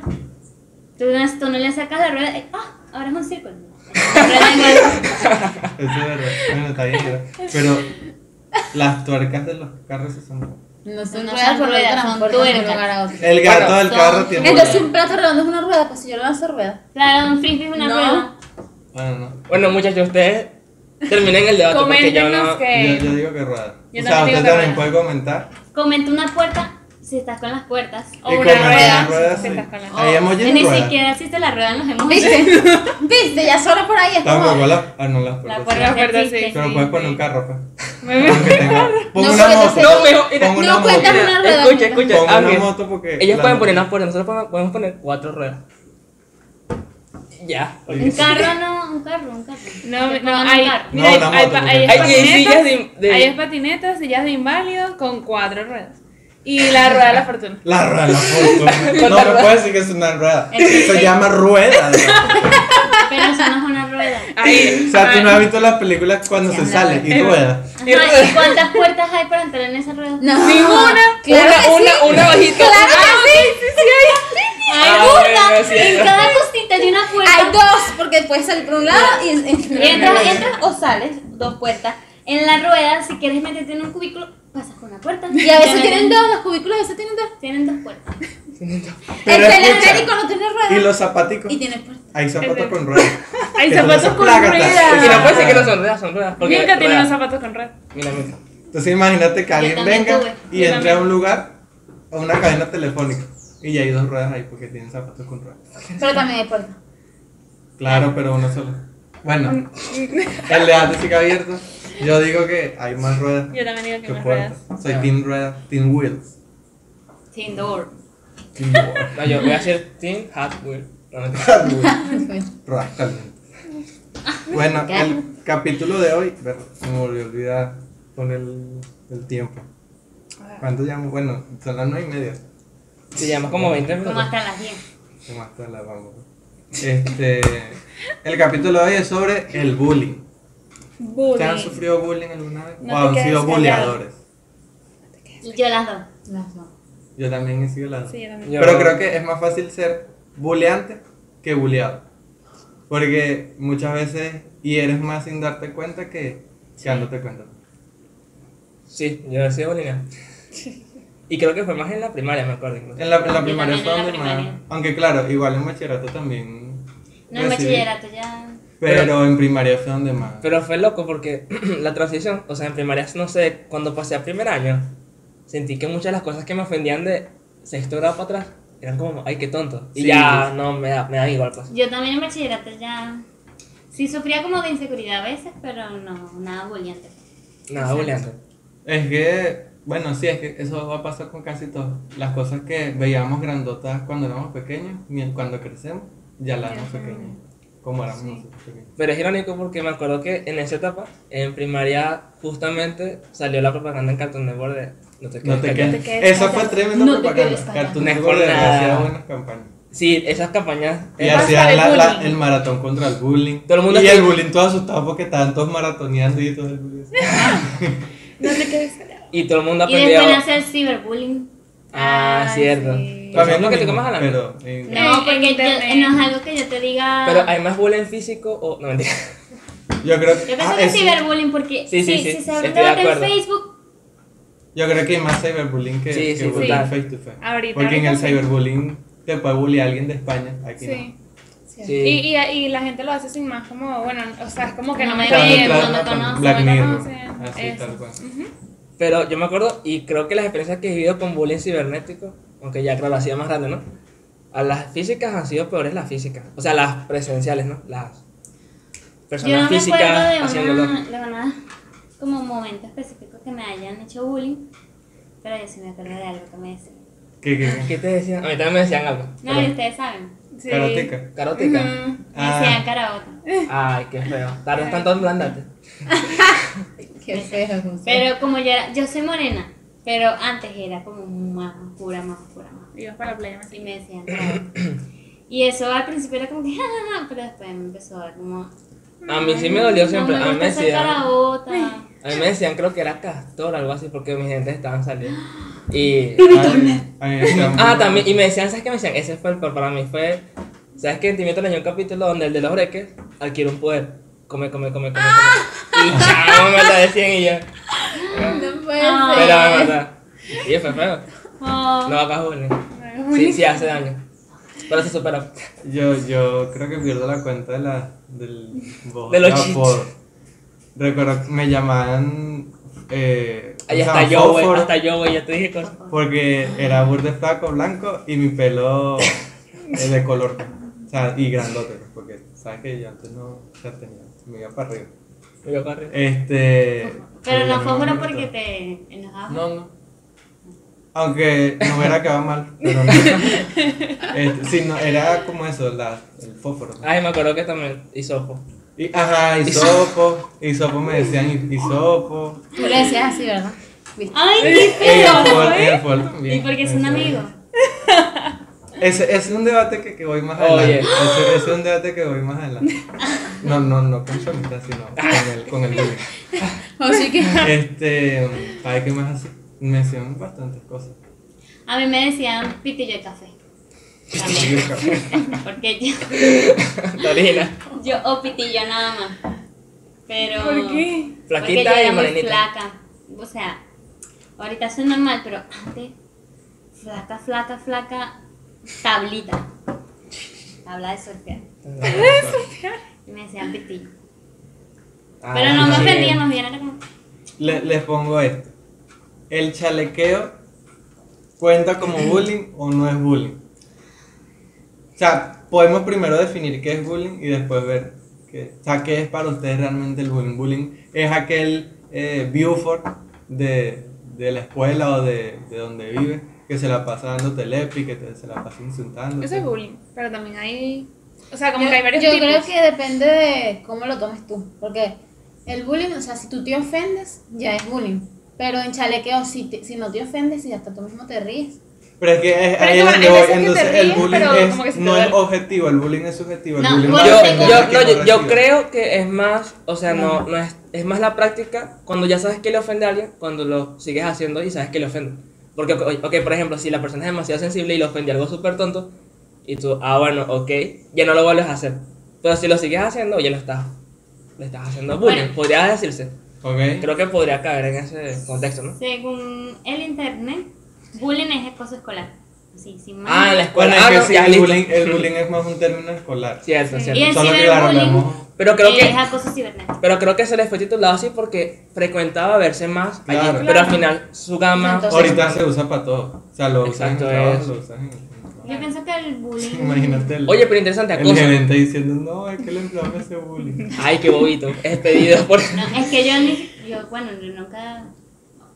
C: tú, no- tú no le sacas la rueda. eh, ¡Ah! ahora es un círculo. La rueda de nuevo.
A: Eso es verdad. Bueno, está bien, ¿verdad? Pero las tuercas de los carros sí son ruedas.
E: No son
C: No
E: ruedas
C: son
E: por
C: ruedas,
E: ruedas,
C: son
E: son puertas de un
C: tuercas.
E: lugar a otro.
A: El gato
B: Bueno,
A: del
C: son-
A: carro tiene
E: Entonces,
A: ruedas.
E: un plato redondo es una rueda, pues si yo le lanzo rueda.
C: Claro, un frisbee es una
E: No.
C: rueda.
A: Bueno, no.
B: Bueno, muchachos, ustedes terminen el debate porque ya
D: Coméntenos
B: no.
D: que.
A: Yo, yo digo que rueda.
D: Yo
A: o sea,
D: también digo
A: usted
D: que
A: también
D: rueda.
A: puede comentar.
C: Comenta una puerta si estás con las puertas.
D: O
A: y
D: una
A: comentar
D: rueda,
A: ruedas,
D: si
A: sí.
D: estás con la-
A: Hay emojis de
C: ni
A: rueda.
C: siquiera existe la rueda en los emojis.
E: ¿Viste? ¿Viste? Ya solo por ahí es
A: Tampoco
E: como.
A: la. Ah, no, las puertas.
C: La
A: sí.
C: puerta
D: La puerta
C: sí existe.
A: Pero
D: Sí,
A: puedes poner
D: sí.
A: un carro, pues.
D: Me veo-
A: Aunque tenga- Pongo
E: No,
A: una
E: porque
A: moto.
E: entonces-
B: No, mejor. mira,
A: Pongo
E: No
A: una
E: cuentas
A: moto.
E: una rueda.
B: Escucha,
E: mira.
B: escucha.
A: Pongo
B: Ángel,
A: una moto porque.
B: Ellos
A: Eh, la
B: pueden
A: moto-
B: poner unas puertas, nosotros podemos- podemos poner cuatro ruedas. Ya.
C: Un carro no, un carro, un carro.
D: No, no,
C: Que pongan un
D: hay,
C: carro.
D: mira, hay,
A: No, una
D: hay
A: moto,
D: pa-
A: porque-
D: hay
B: Hay sillas
D: patinetas,
B: de- de-
D: hay patinetas, sillas de inválidos con cuatro ruedas. Y la rueda de la fortuna.
A: La rueda, la fortuna. No me puedes decir que es una rueda. Se llama rueda. ¿no?
C: Pero eso no es una rueda.
D: Ahí.
A: O sea, tú no has
D: ahí.
A: visto las películas cuando se sale y rueda.
C: Ajá, ¿y cuántas puertas hay para entrar en esa rueda?
E: No.
D: Ninguna.
E: Claro
B: una,
E: que
B: una,
E: sí.
B: una bajita.
E: Claro que sí.
C: Hay
B: Ah,
C: una,
B: bueno, es cierto.
C: en cada costita de una puerta.
E: Hay dos, porque puedes salir por un lado y
C: Y entras, entras o sales, dos puertas. En la rueda, si quieres meterte en un cubículo, pasas por una puerta.
E: Y a veces tienen dos, los cubículos a veces tienen dos.
C: Tienen dos puertas.
E: El
A: Pero
E: teleférico
A: escucha,
E: no tiene
A: y
E: ruedas
A: los zapaticos.
E: y tiene puertas.
A: Hay zapatos con ruedas.
D: Hay
A: Que son
D: zapatos
A: esas
D: con
A: plácatas.
D: ruedas.
B: Y no puede ser que no son ruedas, son ruedas. Porque
D: Nunca tiene
B: ruedas.
D: unos zapatos con red.
B: Mira, mira.
A: Entonces imagínate que alguien
C: también
A: venga
C: tuve.
A: y
D: Yo
A: entre
D: también.
A: a un lugar, a una cadena telefónica, y ya hay dos ruedas ahí porque tienen zapatos con ruedas.
E: Pero también hay puertas.
A: Claro, pero uno solo. Bueno, el de antes sigue abierto. Yo digo que hay más ruedas
D: Yo también digo que
A: que
D: más
A: puertas.
D: ruedas.
A: Soy Team Rueda, Team Wheels.
C: Sin door.
A: Team Wheels.
B: No, yo voy a hacer Team Hardware. No, mentira.
A: Rascalmente. Bueno,
C: ¿Qué?
A: el capítulo de hoy, ver, se me volvió a olvidar con el, el tiempo. ¿Cuánto llamo? Bueno, son las nueve y media.
B: Te llamas como 20
C: Como
B: minutos.
C: hasta las 10.
A: ¿Qué más te la vamos? Este, el capítulo de hoy es sobre el bullying. ¿Ustedes han
D: Bullying.
A: sufrido bullying alguna vez?
D: No
A: ¿O
D: te
A: han
D: quedes
A: sido
D: callado.
A: bulleadores?
C: Y yo las dos.
E: Las dos.
A: Yo también he sido la
D: Sí, yo también.
B: Yo-
A: Pero creo que es más fácil ser bulleante que bulleado. Porque muchas veces y eres más sin darte cuenta que que dándote cuenta.
B: Sí, yo he sido boliviano. Y creo que fue más en la primaria, me acuerdo. incluso.
A: En la, en la
C: Yo
A: primaria
C: también
A: fue
C: en la
A: donde más.
C: primaria.
A: Aunque claro, igual en bachillerato también.
C: No,
A: recibí,
C: en bachillerato ya.
A: Pero en primaria fue donde más.
B: Pero fue loco porque la transición, o sea, en primaria, no sé, cuando pasé a primer año, sentí que muchas de las cosas que me ofendían de sexto grado para atrás eran como, ay, qué tonto. Y
A: Sí.
B: ya, no, me da, me da igual, pues.
C: Yo también en bachillerato ya. Sí, sufría como de inseguridad a veces, pero no, nada bulliante.
B: Nada, bulleante.
A: Es que, bueno, sí, es que eso va a pasar con casi todo. Las cosas que veíamos grandotas cuando éramos pequeños, ni cuando crecemos, ya las vemos pequeñas. Como éramos nosotros pequeños.
B: Pero es irónico porque me acuerdo que en esa etapa, en primaria, justamente salió la propaganda en Cartón de Borde. No te quedes
A: No te
B: callado.
A: quedes.
E: quedes
A: Eso fue
E: callado.
A: tremenda
E: No te quedes
A: propaganda.
E: callado.
A: Cartoon
B: No es
A: Network
B: por nada.
A: hacía buenas campañas.
B: Sí, esas campañas. eh,
A: Y
D: Era para
A: hacían
D: el
A: la- la-
D: bullying.
A: el maratón contra el bullying.
B: Todo el mundo
A: y
B: hacía-
A: el bullying todo asustado porque estaban todos maratoneando y todo el bullying.
D: No te quedes callado.
B: Y todo el mundo
C: Y después
B: aprendió.
C: nace el ciberbullying.
B: Ah,
D: Ay,
B: cierto.
D: sí.
B: Pero eso es
A: lo
B: lo que te
A: mismo,
B: comas a la
A: pero, eh,
C: No,
D: En
C: porque yo-
D: internet.
C: no es algo que yo te diga.
B: Pero ah, hay más bullying físico o. No mentira.
A: yo creo que
C: Yo pienso
A: ah,
C: que es
A: es-
C: ciberbullying porque
B: Sí, sí,
C: si-
B: sí,
C: si se
B: estoy
C: abre un
B: de
C: debate en
B: acuerdo.
C: Facebook,
A: Yo creo que hay más cyberbullying que,
B: Sí,
A: que
B: sí,
A: bullying
B: total.
A: face to face.
D: Ahorita,
A: Porque en
D: ahorita
A: el
D: sí.
A: cyberbullying te puede bullying alguien de España. Aquí
D: Sí.
B: Sí.
D: Y, y, y la gente lo hace sin más como, bueno, o sea, es como que no,
C: No
D: me
C: me
A: no. Cuando
D: ven,
C: ven,
A: traes
D: no
C: no
D: me
A: una pan-
D: conocen.
A: Black
D: no me
A: Mirror.
D: conocen.
A: Así,
D: Eso.
A: tal cual.
B: Pero yo me acuerdo, y creo que las experiencias que he vivido con bullying cibernético, aunque ya claro, ha sido más grande, ¿no? A las físicas han sido peores las físicas. O sea, las presenciales, ¿no? Las
C: yo
B: personas
C: no me acuerdo de
B: físicas haciéndolo.
C: una, de una- como momento específico que me hayan hecho bullying, pero yo sí me acuerdo de algo que me decían.
A: ¿Qué, qué, qué?
B: ¿Qué te decían? A mí también me decían algo.
C: No, y
B: pero-
C: ustedes saben,
D: Sí.
A: Karateka.
B: Carótica.
D: Ujú.
C: me
A: Ah.
C: decían caraota.
B: Ay, qué feo. Tardas tanto en blandarte.
E: Qué feo. José.
C: Pero como yo era, yo soy morena, pero antes era como más oscura, más oscura, más
D: Ibas para la playa.
C: oscura, y me decían caraota. Y eso al principio era como que, jajaja, pero después me empezó a dar como,
B: A mí sí me dolió siempre.
C: no
B: a
C: me
B: mí me
C: gusta ser
B: decían.
C: caraota.
B: A mí me decían, creo que era castor o algo así, porque mis gentes estaban saliendo. Y.
A: Ay, ay, ah, está-
B: Ah, también, y me decían, ¿sabes qué me decían? Ese fue el peor para mí, fue, ¿sabes qué? Timiento leyó un capítulo donde el de los breques adquiere un poder, come, come, come, come, come. y chamo me lo decían y yo,
E: No puede
C: Ah.
E: ser.
B: pero me mata. Y fue feo,
C: Oh.
B: no acá bullying, sí, sí hace daño, pero se supera.
A: Yo, yo creo que pierdo la cuenta de la, del
B: De los
A: Bogotá
B: chistes.
A: por- Recuerdo que me llamaban. Eh,
B: Ahí
A: o sea,
B: hasta yo, güey,
A: fósforo,
B: hasta yo, güey, ya te dije cosas.
A: Porque era burde flaco, blanco y mi pelo es de color. O sea, y grandote, pues, porque sabes que yo antes no ya tenía, me iba para arriba.
B: Y yo corrí.
A: Este.
C: Pero no
A: ya me
C: fósforo
A: acuerdo.
C: porque te enojabas.
A: No, no. Aunque no hubiera quedado mal, pero no. Este, sí, no, era como eso, la, el fósforo.
B: Ay, me acuerdo que también hisopo.
A: Y, ajá, hisopo, hisopo me decían hi- hisopo.
E: Tú le decías así, ¿verdad? ¿viste?
C: Ay, qué
A: Ella
C: feo.
A: por- ella por también.
C: ¿eh? Y porque son
A: Eso.
C: amigos.
A: Ese, ese es un debate que, que voy más
B: Oye.
A: adelante. Ese, ese es un debate que voy más adelante. No, no, no con su amistad, sino con el, con el bullying.
E: Así que.
A: Este, hay que más así. Mencionan bastantes cosas.
C: A mí me decían pitillo de café. También. Porque yo,
B: Dorina.
C: yo o pitillo nada más. Pero.
D: ¿Por qué?
C: porque yo
B: Flaquita
C: era
B: y
C: muy
B: morenita.
C: flaca. O sea, ahorita soy normal, pero antes, flaca, flaca, flaca, tablita. Tabla de surfear. Y me decían pitillo. Pero no me
B: Ah, sí.
C: ofendía, más bien era como.
A: Le- les pongo esto. ¿El chalequeo cuenta como bullying o no es bullying? O sea, podemos primero definir qué es bullying y después ver qué, o sea, qué es para ustedes realmente el bullying. Bullying es aquel eh, Buford de, de la escuela o de, de donde vive que se la pasa dando telepi, que te- se la pasa insultando.
D: Eso es bullying. Pero también hay. O sea, como
E: yo,
D: que hay varios
E: yo
D: tipos.
E: creo que depende de cómo lo tomes tú. Porque el bullying, o sea, si tú te ofendes, ya es bullying. Pero en chalequeo, si, te- si no te ofendes y hasta tú mismo te ríes.
A: Pero es que es,
D: Pero
A: ahí
D: es
A: es
D: como-
A: donde
D: es
A: voy.
D: eso que te
A: Entonces, el
D: ríes,
A: bullying
D: pero
A: es-
D: como que se te
A: no es
D: duele.
A: objetivo, el bullying es subjetivo. El
C: No,
A: bullying
C: yo-
A: va
B: Yo,
A: a depender
B: yo,
A: de
B: no,
A: quién lo
B: yo, yo
A: recibe.
B: creo que es más, o sea, no, no es, es más la práctica cuando ya sabes que le ofende a alguien, cuando lo sigues haciendo y sabes que le ofende. Porque, ok, ok, por ejemplo, si la persona es demasiado sensible y le ofende algo súper tonto, y tú, ah, bueno, ok, ya no lo vuelves a hacer. Pero si lo sigues haciendo, ya lo estás, le estás haciendo bullying,
C: Bueno.
B: podría decirse.
A: Ok.
B: Creo que podría caer en ese contexto, ¿no?
C: Según el internet, bullying es acoso escolar. Sí, sin más.
B: Ah, en la escuela.
A: Bueno, es
B: Ah,
A: que
B: no,
A: sí,
B: ya,
A: el,
B: listo.
A: bullying, el bullying es más un término escolar.
B: Cierto,
C: y
B: cierto.
C: el
A: Solo que la
C: ciberbullying
A: hablamos.
B: Pero creo que
C: es acoso cibernético.
B: Pero creo que se le fue titulado así porque frecuentaba verse más allí,
A: Claro.
B: pero al final su gama...
E: Entonces-
A: Ahorita se usa para todo. O sea, lo usan en
B: Exacto,
A: el trabajo,
B: es.
A: lo usan
C: Yo
A: en...
C: pienso que el bullying.
A: Imagínate el,
B: Oye, pero interesante,
A: el
B: acoso.
A: gerente diciendo, no, es que el empleado me hace bullying.
B: Ay, qué bobito, es pedido por...
C: No, es que yo ni. Yo, bueno, yo nunca.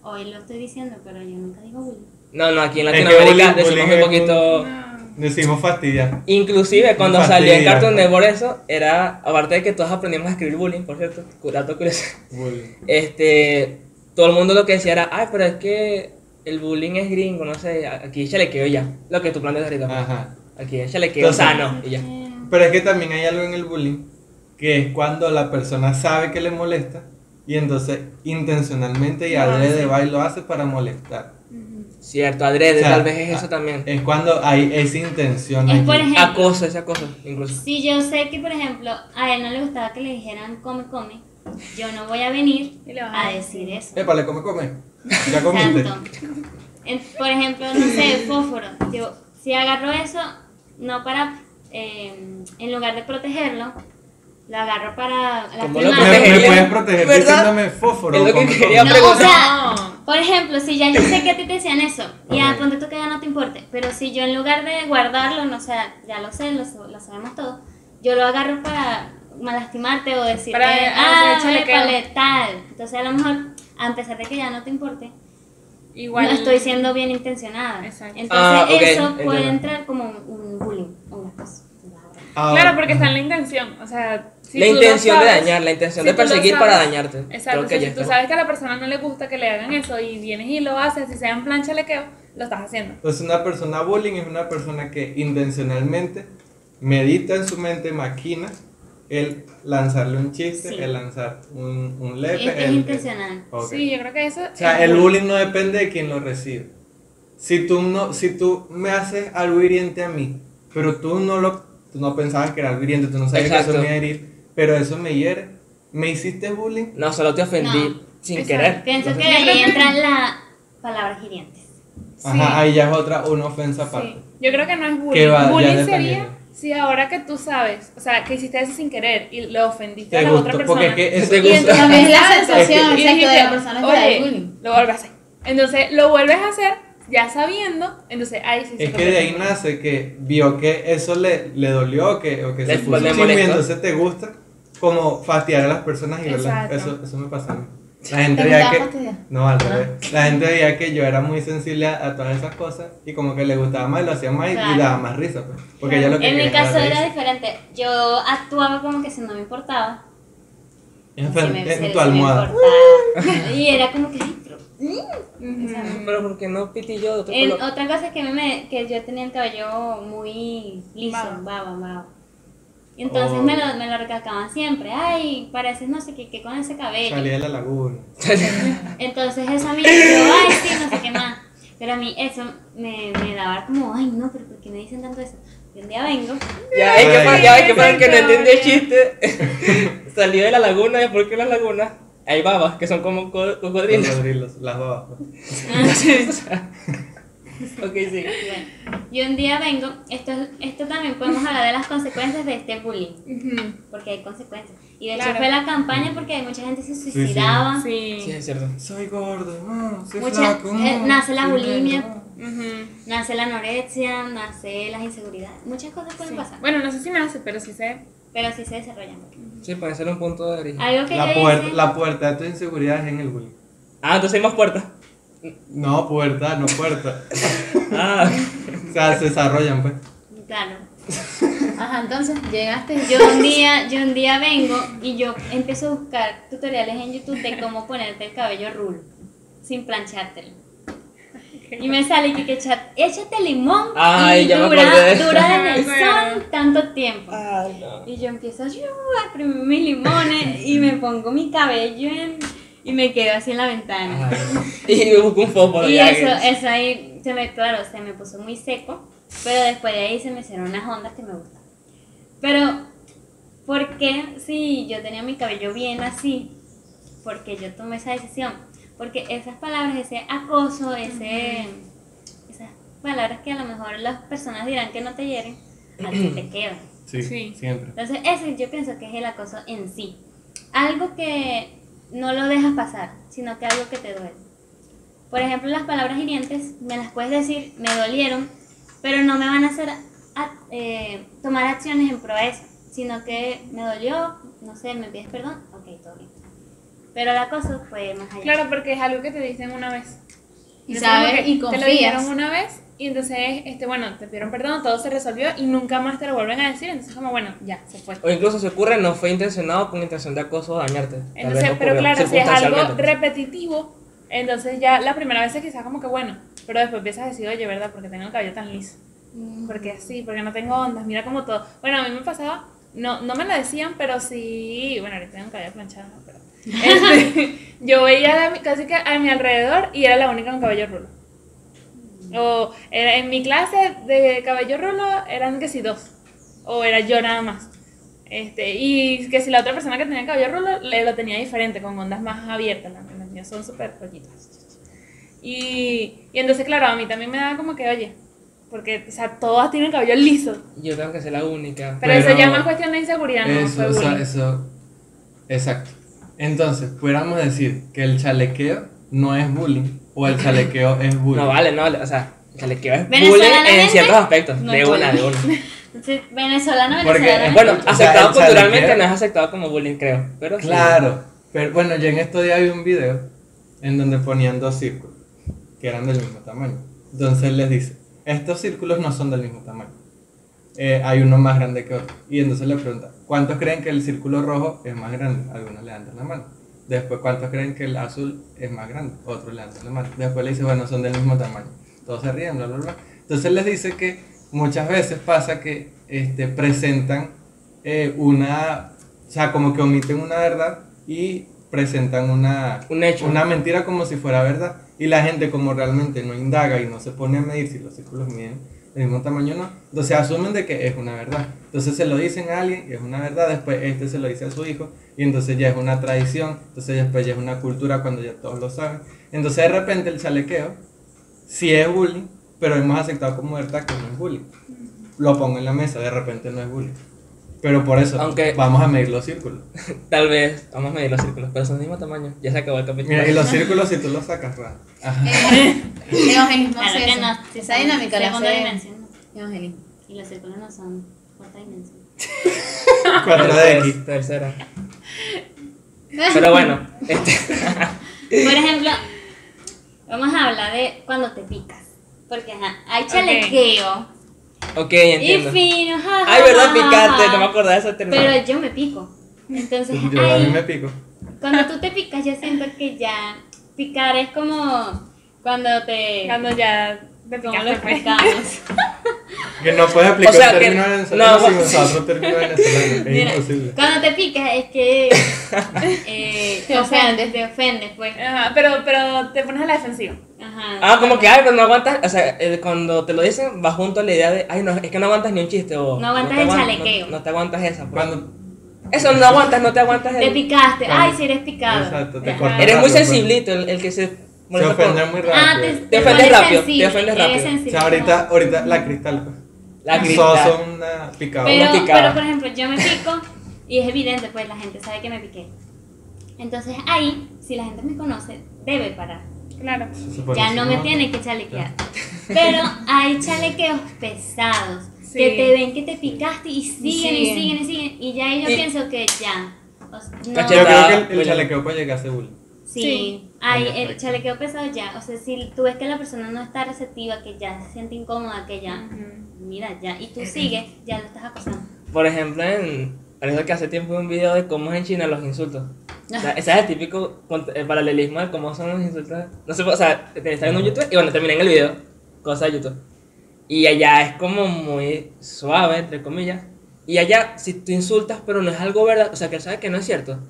C: Hoy lo estoy diciendo, pero yo nunca digo bullying.
B: No, no, aquí en
A: Es que
B: Latinoamérica
A: bullying- bullying
B: decimos muy
A: es
B: poquito...
D: Ah,
A: Decimos fastidiar.
B: Inclusive cuando
A: Fastidia.
B: salió en Cartoon Network eso, era, aparte de que todos aprendimos a escribir bullying, por cierto, curato curioso,
A: Bullying.
B: este, todo el mundo lo que decía era, ay, pero es que el bullying es gringo, no sé, aquí chalequeo y ya, lo que tú planteas ahorita, pues.
A: Ajá.
B: aquí es chalequeo
A: Ah. Entonces-
B: sano y ya.
A: Pero es que también hay algo en el bullying que es cuando la persona sabe que le molesta y entonces intencionalmente y
D: Lo
A: adrede va y lo hace para molestar.
B: Cierto, adrede,
A: O sea,
B: tal vez es eso
A: ah,
B: también.
A: Es cuando hay esa intención.
C: Es
A: allí.
C: por ejemplo.
B: Acoso, ese acoso, incluso.
C: Si yo sé que, por ejemplo, a él no le gustaba que le dijeran come, come, yo no voy a venir
D: Y le vas a
C: a decir eso.
A: Épale, come, come. Ya comiste.
C: Tanto. En- por ejemplo, no sé, fósforo. Yo, si agarro eso, no para. eh, en lugar de protegerlo, lo agarro para
B: ¿Cómo lo
A: Me,
C: lastimar.
A: me
B: Protegería.
A: puedes proteger
B: ¿Verdad?
A: diciéndome fósforo.
B: Es lo que
A: come, come.
B: quería
C: No, o
B: preguntar.
C: sea,
D: No.
C: por ejemplo, si ya yo sé que a ti te decían eso, y a ponte tú que ya no te importe, pero si yo en lugar de guardarlo, no sé, ya lo sé, lo, so- lo sabemos todos, yo lo agarro para lastimarte o decirte,
D: Para hacer
C: ah,
D: chalequeo".
C: épale, tal. Entonces a lo mejor, a pesar de que ya no te importe,
D: Igual.
C: no estoy siendo bien intencionada.
D: Exacto.
C: Entonces
B: Ah, ok,
C: eso
B: entiendo.
C: puede entrar como un bullying, una cosa.
A: Ahora-
D: Claro, porque está en la intención. O sea, si
B: Ah, la
D: tú lo
B: intención de
D: sabes-
B: dañar, la intención
D: si
B: de
D: tú lo
B: perseguir para
D: sabes-
B: dañarte.
D: Exacto.
B: Creo
D: o sea,
B: que ya
D: si tú
B: está.
D: sabes que a la persona no le gusta que le hagan eso y vienes y lo haces, si sea en plan chalequeo, lo estás haciendo.
A: Entonces pues, una persona bullying es una persona que intencionalmente medita en su mente, maquina el lanzarle un chiste,
C: Sí.
A: el lanzar un, un
C: Es,
A: lepe.
C: es
A: el-
C: intencional.
A: Ok.
D: Sí, yo creo que eso.
A: O sea, el bullying no depende de quien lo recibe. Si tú, no, si tú me haces algo hiriente a mí, pero tú no, lo, tú no pensabas que era algo hiriente, tú no sabías que
B: Exacto.
A: eso me iba a herir, pero eso me hiere, me hiciste bullying,
B: No, solo te ofendí
C: No.
B: sin
D: Exacto.
B: querer.
C: Pienso que
B: Entonces,
C: ahí entran las palabras hirientes.
A: Ajá, ahí ya es otra, una ofensa aparte.
D: Sí, yo creo que no es
A: Que
D: bullying.
A: va- ya
D: bullying
A: dependiendo.
D: sería si ahora que tú sabes, o sea, que hiciste eso sin querer y lo ofendiste
A: Te
D: a la
A: gustó,
D: otra persona.
A: porque es que eso-
B: Te
A: y
B: gustó.
A: entonces-
E: Es la
D: Exacto.
E: sensación,
D: Y
E: exacto, de
D: dijiste,
E: la persona que
D: "Oye,
E: da bullying.
D: Lo vuelves a hacer. Entonces, lo vuelves a hacer ya sabiendo, entonces ahí sí se
A: Es que
D: convierte
A: de ahí
D: en-
A: nace que vio que eso le, le dolió o que, o que
B: Le-
A: se puso
B: le
A: chimbo y
B: molestó.
A: entonces te gusta como fastidiar a las personas y verlas.
D: Exacto.
A: Eso, eso me pasa a mí. La gente
E: Te
A: veía
E: gustaba
A: que.
E: fastidiar.
A: No, al
C: Ah.
A: revés. La gente veía que yo era muy sensible a, a todas esas cosas y como que le gustaba más y lo hacía más y- y
C: Claro.
A: daba más risa. pues, porque ella lo que
C: En mi
A: quería
C: caso
A: la
C: era
A: risa.
C: diferente. Yo actuaba como que si no me importaba.
A: En,
C: Si me-
A: en
C: si-
A: tu
C: si me
A: almohada.
C: importaba. Y era como que, "Ay, pero
B: Pero porque no pitillo de otro
C: En-
B: color.
C: otra cosa es que, a mí me, que yo tenía el cabello muy liso,
D: Vago.
C: baba, baba. Y entonces
A: Oh.
C: me, lo, me lo recalcaban siempre, ay, pareces no sé qué, qué con ese cabello.
A: Salí de la laguna.
C: Entonces eso a mí, yo, ay, sí, no sé qué más. Pero a mí eso me, me daba como, ay, no, pero ¿por qué me dicen tanto eso? Y un día vengo,
B: Ya hay que
A: Ay.
B: para, ya hay que para el que no
D: Exacto,
B: entiende el
D: ya.
B: chiste. Salió de la laguna y porque en las lagunas hay babas que son como co-
A: Los
B: cocodrilos.
A: cocodrilos, las babas. pues.
C: Ah,
B: Entonces, o sea, ok, sí.
C: y bueno, y un día vengo, esto, es- esto también podemos hablar de las consecuencias de este bullying,
D: Ujú.
C: porque hay consecuencias. Y de hecho
D: Claro.
C: fue la campaña porque mucha gente se
A: sí.
C: suicidaba.
B: Sí,
D: Sí.
B: es cierto.
A: Soy gordo, no, soy
C: Mucha-
A: flaco, no,
C: eh, nace la
A: soy
C: bulimia.
A: negro, no.
D: Ujú.
C: Nace la anorexia, nace las inseguridades, muchas cosas pueden pasar,
D: Bueno, no sé si nace, pero sí sé.
C: pero sí se desarrollan.
B: Sí, puede ser un punto de
D: Ah.
B: origen.
C: Algo que
A: La,
C: yo
A: puerta,
C: hice,
A: la puerta de tu inseguridad es en el bullying.
B: Ah, entonces hay más puertas.
A: No, puerta, no puerta.
B: Ah,
A: o sea, se desarrollan, pues.
C: claro,
E: Ajá, entonces llegaste y
C: yo un día, yo un día vengo y yo empiezo a buscar tutoriales en YouTube de cómo ponerte el cabello rulo sin planchártelo. Y me sale que, que echa- échate limón
B: Ay,
C: y
B: ya me
C: dura,
B: acordé de eso.
C: dura en
D: Me
C: el
D: acuerdo.
C: sol tanto tiempo.
B: ah, no.
C: Y yo empiezo yo, a exprimir mis limones y me pongo mi cabello en- y me quedo así en la ventana.
B: Ah, no. Y busco un fósforo.
C: Y
B: ya
C: eso,
B: que-
C: eso ahí, se me, claro, se me puso muy seco, pero después de ahí se me hicieron unas ondas que me gustan. Pero, ¿por qué si yo tenía mi cabello bien así? Porque yo tomé esa decisión. Porque esas palabras, ese acoso, ese, esas palabras que a lo mejor las personas dirán que no te hieren, a ti te quedan.
A: Sí,
D: Sí.
A: siempre.
C: Entonces, ese yo pienso que es el acoso en sí. Algo que no lo dejas pasar, sino que algo que te duele. Por ejemplo, las palabras hirientes, me las puedes decir, me dolieron, pero no me van a hacer a- eh, tomar acciones en pro de eso, sino que me dolió, no sé, me pides perdón, ok, todo bien. Pero el acoso fue más allá.
D: Claro, porque es algo que te dicen una vez.
E: Y
D: No es
E: sabes,
D: como que
E: y
D: Te lo
E: confías.
D: dijeron una vez y entonces, este, bueno, te pidieron perdón, todo se resolvió y nunca más te lo vuelven a decir. Entonces, como, bueno, ya, se fue.
B: O incluso se ocurre, no fue intencionado con intención de acoso o dañarte. Tal
D: Entonces,
B: vez
D: Eh, pero
B: ocurrió
D: claro, si es algo
B: circunstancialmente. pues.
D: repetitivo, entonces ya la primera vez es quizás como que bueno, pero después empiezas a decir, oye, ¿verdad? Porque tengo el cabello tan liso. Porque así, porque no tengo ondas, mira como todo. Bueno, a mí me pasaba, no, no me lo decían, pero sí, bueno, ahorita tengo el cabello planchado, ¿no? pero... este, yo veía a mi- casi que a mi alrededor y era la única con cabello rulo. O era, en mi clase de cabello rulo eran que si dos, o era yo nada más. Este, y que si la otra persona que tenía cabello rulo le lo tenía diferente, con ondas más abiertas, las las mías son súper rollitas. Y, y entonces, claro, a mí también me daba como que, oye, porque, o sea, todas tienen cabello liso,
B: Yo tengo que ser la única.
D: pero,
A: Pero
D: eso ya es más cuestión de inseguridad, no
A: Eso,
D: fue
A: o sea,
D: bullying.
A: eso. Exacto. Entonces, pudiéramos decir que el chalequeo no es bullying o el chalequeo es bullying.
B: No vale, no vale. O sea, que le quiero es bullying
C: Venezolanamente,
B: en ciertos aspectos.
C: no
B: de
C: es
B: una, de
C: bullying.
B: una.
C: Entonces, venezolano,
A: Porque-
C: venezolano.
B: Bueno,
A: O sea,
B: aceptado
A: el
B: culturalmente
A: chalequeo-
B: no es aceptado como bullying, creo. Pero sí.
A: Claro. Pero bueno, yo en estos días vi un video en donde ponían dos círculos que eran del mismo tamaño. Entonces les dice, estos círculos no son del mismo tamaño. Eh, hay uno más grande que otro. Y entonces le pregunta, ¿cuántos creen que el círculo rojo es más grande? Algunos le dan la mano. Después, ¿cuántos creen que el azul es más grande? Otros le dan la mano. Después le dice, bueno, son del mismo tamaño. Todos se ríen, bla, bla, bla. Entonces les dice que muchas veces pasa que este, presentan eh, una, o sea, como que omiten una verdad y presentan una,
B: Un hecho.
A: una mentira como si fuera verdad. Y la gente como realmente no indaga y no se pone a medir si los círculos miden del mismo tamaño o no, entonces asumen de que es una verdad. Entonces se lo dicen a alguien y es una verdad, después este se lo dice a su hijo y entonces ya es una tradición, entonces después ya es una cultura cuando ya todos lo saben. Entonces de repente el chalequeo sí es bullying, pero hemos aceptado como verdad que no es bullying. Lo pongo en la mesa, de repente no es bullying. Pero por eso
B: Aunque-
A: vamos a medir los círculos.
B: Tal vez, vamos a medir los círculos, pero son del mismo tamaño. Ya se acabó el capítulo.
A: Mira, y los círculos si tú los sacas, ra. Ajá.
E: Eh, evangelismo
C: claro
E: hace
C: que
E: eso.
C: no. si
E: Esa
C: son
E: dinámica la
C: segunda
E: hace
C: dimensión. no.
E: evangelismo.
C: Y los círculos no son cuarta dimensión.
A: 4DX.
B: Tercera. Pero bueno, este,
C: Por ejemplo, vamos a hablar de cuando te picas. Porque ajá, hay chalequeo.
B: ok,
C: Y
B: entiendo.
C: fino, ja, ja,
B: Ay, verdad,
C: ja,
B: picante,
C: ja.
B: no me acordaba de esa terminal.
C: Pero yo me pico. Entonces,
A: Yo a mí
C: ahí,
A: me pico.
C: cuando tú te picas, yo siento que ya Picar es como cuando te.
D: Cuando pues. ya me
C: como los
D: picaste.
C: pescados.
A: Que no puedes aplicar
B: O sea,
A: un término
B: que-
A: venezolano
B: no,
A: sin
B: bueno.
A: usar otro término venezolano. Es
C: Mira,
A: imposible.
C: cuando te picas es que. eh,
E: Te
C: o sea,
E: ofendes.
C: Te ofendes, pues.
D: Ajá, pero, pero te pones a la defensiva.
C: Ajá.
B: Ah, como que, ay, pero no aguantas, o sea, eh, cuando te lo dicen va junto a la idea de, ay, no, es que no aguantas ni un chiste o...
C: No aguantas
B: te
C: el
B: aguan-
C: chalequeo.
B: No, no te aguantas esa. pues.
A: Cuando
B: Eso no aguantas, no te aguantas
C: Te
B: el...
C: picaste.
A: Cuando-
C: Ay, si eres picado.
A: Exacto, te
C: Ajá.
A: cortas
B: Eres muy
A: rápido, pues.
B: sensiblito el, el que se...
A: se
B: molesta
A: ofende
B: con-
A: muy
C: Ah,
A: rápido.
C: te,
B: Te ofendes
C: pones
B: rápido, te
C: sensible,
B: ofendes
C: eres
B: rápido.
A: O
C: sensible.
A: sea, ahorita, ahorita la cristal. pues.
B: La
A: Todas
B: cristal.
A: son una picadora.
C: Pero,
B: Una picada.
C: pero, por ejemplo, yo me pico y es evidente, pues la gente sabe que me piqué. Entonces ahí, si la gente me conoce, debe parar.
D: Claro.
A: Se supone
C: ya
A: que
C: no
A: sí,
C: me tiene que chalequear. Pero hay chalequeos pesados que
D: Sí.
C: te ven que te picaste y siguen y
E: siguen.
C: siguen y siguen. Y ya ahí yo
B: Y-
C: pienso que ya. o sea, no,
A: Yo
B: Cachetada.
A: creo que el- el,
B: Bueno.
A: chalequeo puede llegar a Seúl.
C: sí.
D: Sí.
C: Hay
A: Bueno,
C: el
A: perfecto.
C: chalequeo pesado ya. O sea, si tú ves que la persona no está receptiva, que ya se siente incómoda, que ya. Mira, ya. Y tú sigues, ya lo estás acosando.
B: Por ejemplo, en... Parece que hace tiempo vi un video de cómo es en China los insultos. O sea, ese es el típico cont- el paralelismo de cómo son los insultos. No sé, o sea, te está viendo en YouTube y bueno, terminé en el video. Cosa de YouTube. Y allá es como muy suave, entre comillas. Y allá, si tú insultas, pero no es algo verdad, o sea, que él sabe que no es cierto.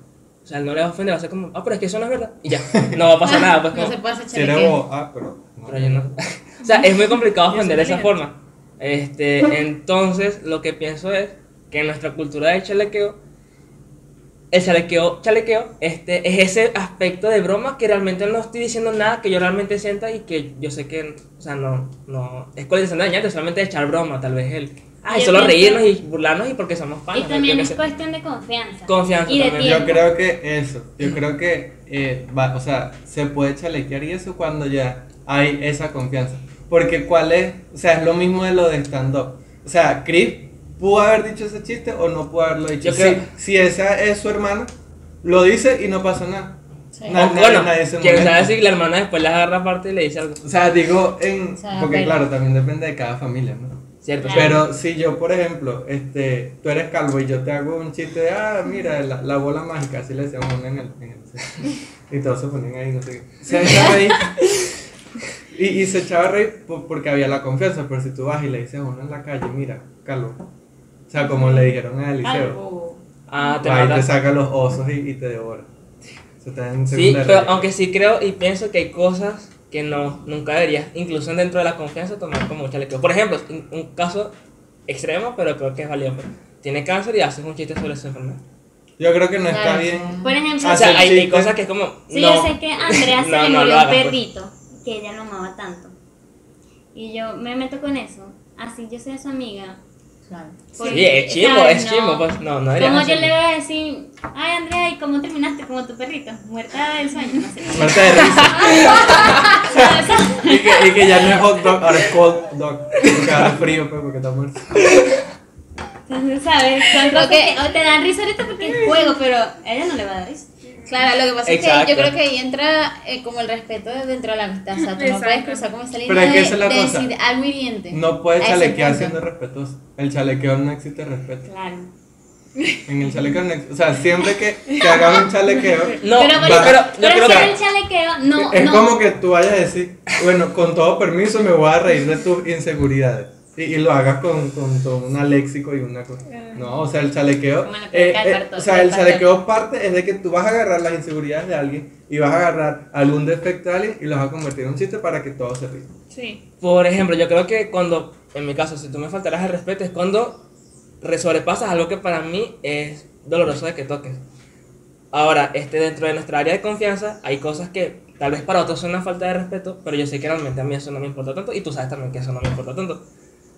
B: O sea, él no le va a ofender, va a ser como, ah, pero es que eso no es verdad. Y ya, no va a pasar nada. Pues,
E: No
B: como,
E: se puede hacer
A: Si eres
E: chalequeo.
A: bobo, ah, pero. no.
B: pero yo no. o sea, es muy complicado ofender de esa
D: Yo soy
B: forma. Este, entonces, lo que pienso es que en nuestra cultura del chalequeo, el chalequeo, chalequeo, este, es ese aspecto de broma que realmente no estoy diciendo nada que yo realmente sienta y que yo sé que, o sea, no, no, es cuál es dañante, solamente echar broma, tal vez él. Ay,
C: Yo
B: solo
C: pienso-
B: reírnos y burlarnos y porque somos
C: Y
B: panas. yo
C: también
B: qué
C: es
B: sé.
C: cuestión de confianza.
B: Confianza
C: Y de
B: también.
A: Yo
C: tiempo.
A: creo que eso, yo creo que, eh, va- o sea, se puede chalequear y eso cuando ya hay esa confianza. Porque cuál es, o sea, es lo mismo de lo de stand-up. O sea, Chris pudo haber dicho ese chiste o no pudo haberlo dicho.
B: Yo creo-
A: Si, si esa es su hermana, lo dice y no pasa nada.
E: Sí.
A: Na-
B: O, bueno,
A: nadie se
B: quién
A: molesta.
B: sabe si la hermana después la agarra aparte y le dice algo.
A: O sea, digo, en,
E: O sea,
A: porque
E: pero-
A: claro, también depende de cada familia, ¿no?
B: Cierto,
C: Claro.
B: cierto.
A: Pero si yo, por ejemplo, este, tú eres calvo y yo te hago un chiste de, ah, mira, la, la bola mágica, así le decíamos en el, en el- Y todos se ponían ahí, no sé qué. Se echaba a reír. Y, y se echaba a reír po- porque había la confianza, pero si tú vas y le dices a uno en la calle, mira, calvo. O sea, como le dijeron a Eliseo,
D: Algo.
B: Ah, te
A: va y
B: mata.
A: te saca los osos y, y te devora. Eso está en
B: Sí,
A: segunda
B: pero
A: raya.
B: aunque sí creo y pienso que hay cosas que no, nunca deberías, incluso dentro de la confianza, tomar como un chalequeo. Por ejemplo, un, un caso extremo, pero creo que es valioso. Tiene cáncer y haces un chiste sobre su enfermedad.
A: Yo creo que no está
E: Claro.
A: bien.
C: Por ejemplo,
B: O sea,
A: Hacer
B: hay, hay
A: chiste.
B: cosas que es como.
C: Sí,
B: Ah, no,
C: yo sé que a Andrea se
B: No, no
C: le
B: lo
C: murió un
B: hagas, pues.
C: perrito que ella lo amaba tanto. Y yo me meto con eso. Así yo soy su amiga.
E: Claro.
C: porque,
B: Sí, es chimbo,
C: ¿sabes?
B: es
C: No.
B: chimbo. Pues, no, no deberías
C: Como yo
B: hacerlo.
C: le voy a decir, ay Andrea, ¿y cómo terminaste como tu perrito? Muerta del sueño, no sé.
A: Muerte de risa. Y que, y que ya no es hot dog, ahora es cold dog. Porque ahora es frío, pues, porque está muerto.
C: Entonces, ¿sabes? Son
E: Creo
C: cosas
E: que-
C: que o te dan risa ahorita porque es juego, pero a ella no le va a dar risa.
E: Claro, lo que pasa es
B: Exacto.
E: que yo creo que ahí entra eh, como el respeto de- dentro de la amistad. O sea, tú no
D: Exacto.
E: puedes cruzar como esa línea
A: Pero es que
E: de,
A: esa es la
E: de
A: cosa.
E: decir algo hiriente.
A: No puedes
E: A ese
A: chalequear
E: punto.
A: siendo respetuoso. El chalequeo no existe respeto.
C: Claro.
A: En el chalequeo no existe. O sea, siempre que, que hagan un chalequeo, eh,
B: No,
C: pero,
B: pero,
C: por eso-
B: pero
C: pero
B: yo creo
C: si
B: que.
C: es el chalequeo, no,
A: es
C: no.
A: como que tú vayas a decir, bueno, con todo permiso me voy a reír de tus inseguridades. Y, y lo hagas con, con, con una léxico y una cosa. No, o sea, el chalequeo. eh,
C: Ah. Como la película del
A: o
C: pastor,
A: sea,
C: del
A: el
C: pastor.
A: chalequeo parte es de que tú vas a agarrar las inseguridades de alguien y vas a agarrar algún defecto de alguien y los vas a convertir en un chiste para que todos se ríen.
D: Sí.
B: Por ejemplo, yo creo que cuando, en mi caso, si tú me faltarás el respeto, es cuando re- sobrepasas algo que para mí es doloroso de que toques. Ahora, este, dentro de nuestra área de confianza, hay cosas que tal vez para otros son una falta de respeto, pero yo sé que realmente a mí eso no me importa tanto, y tú sabes también que eso no me importa tanto.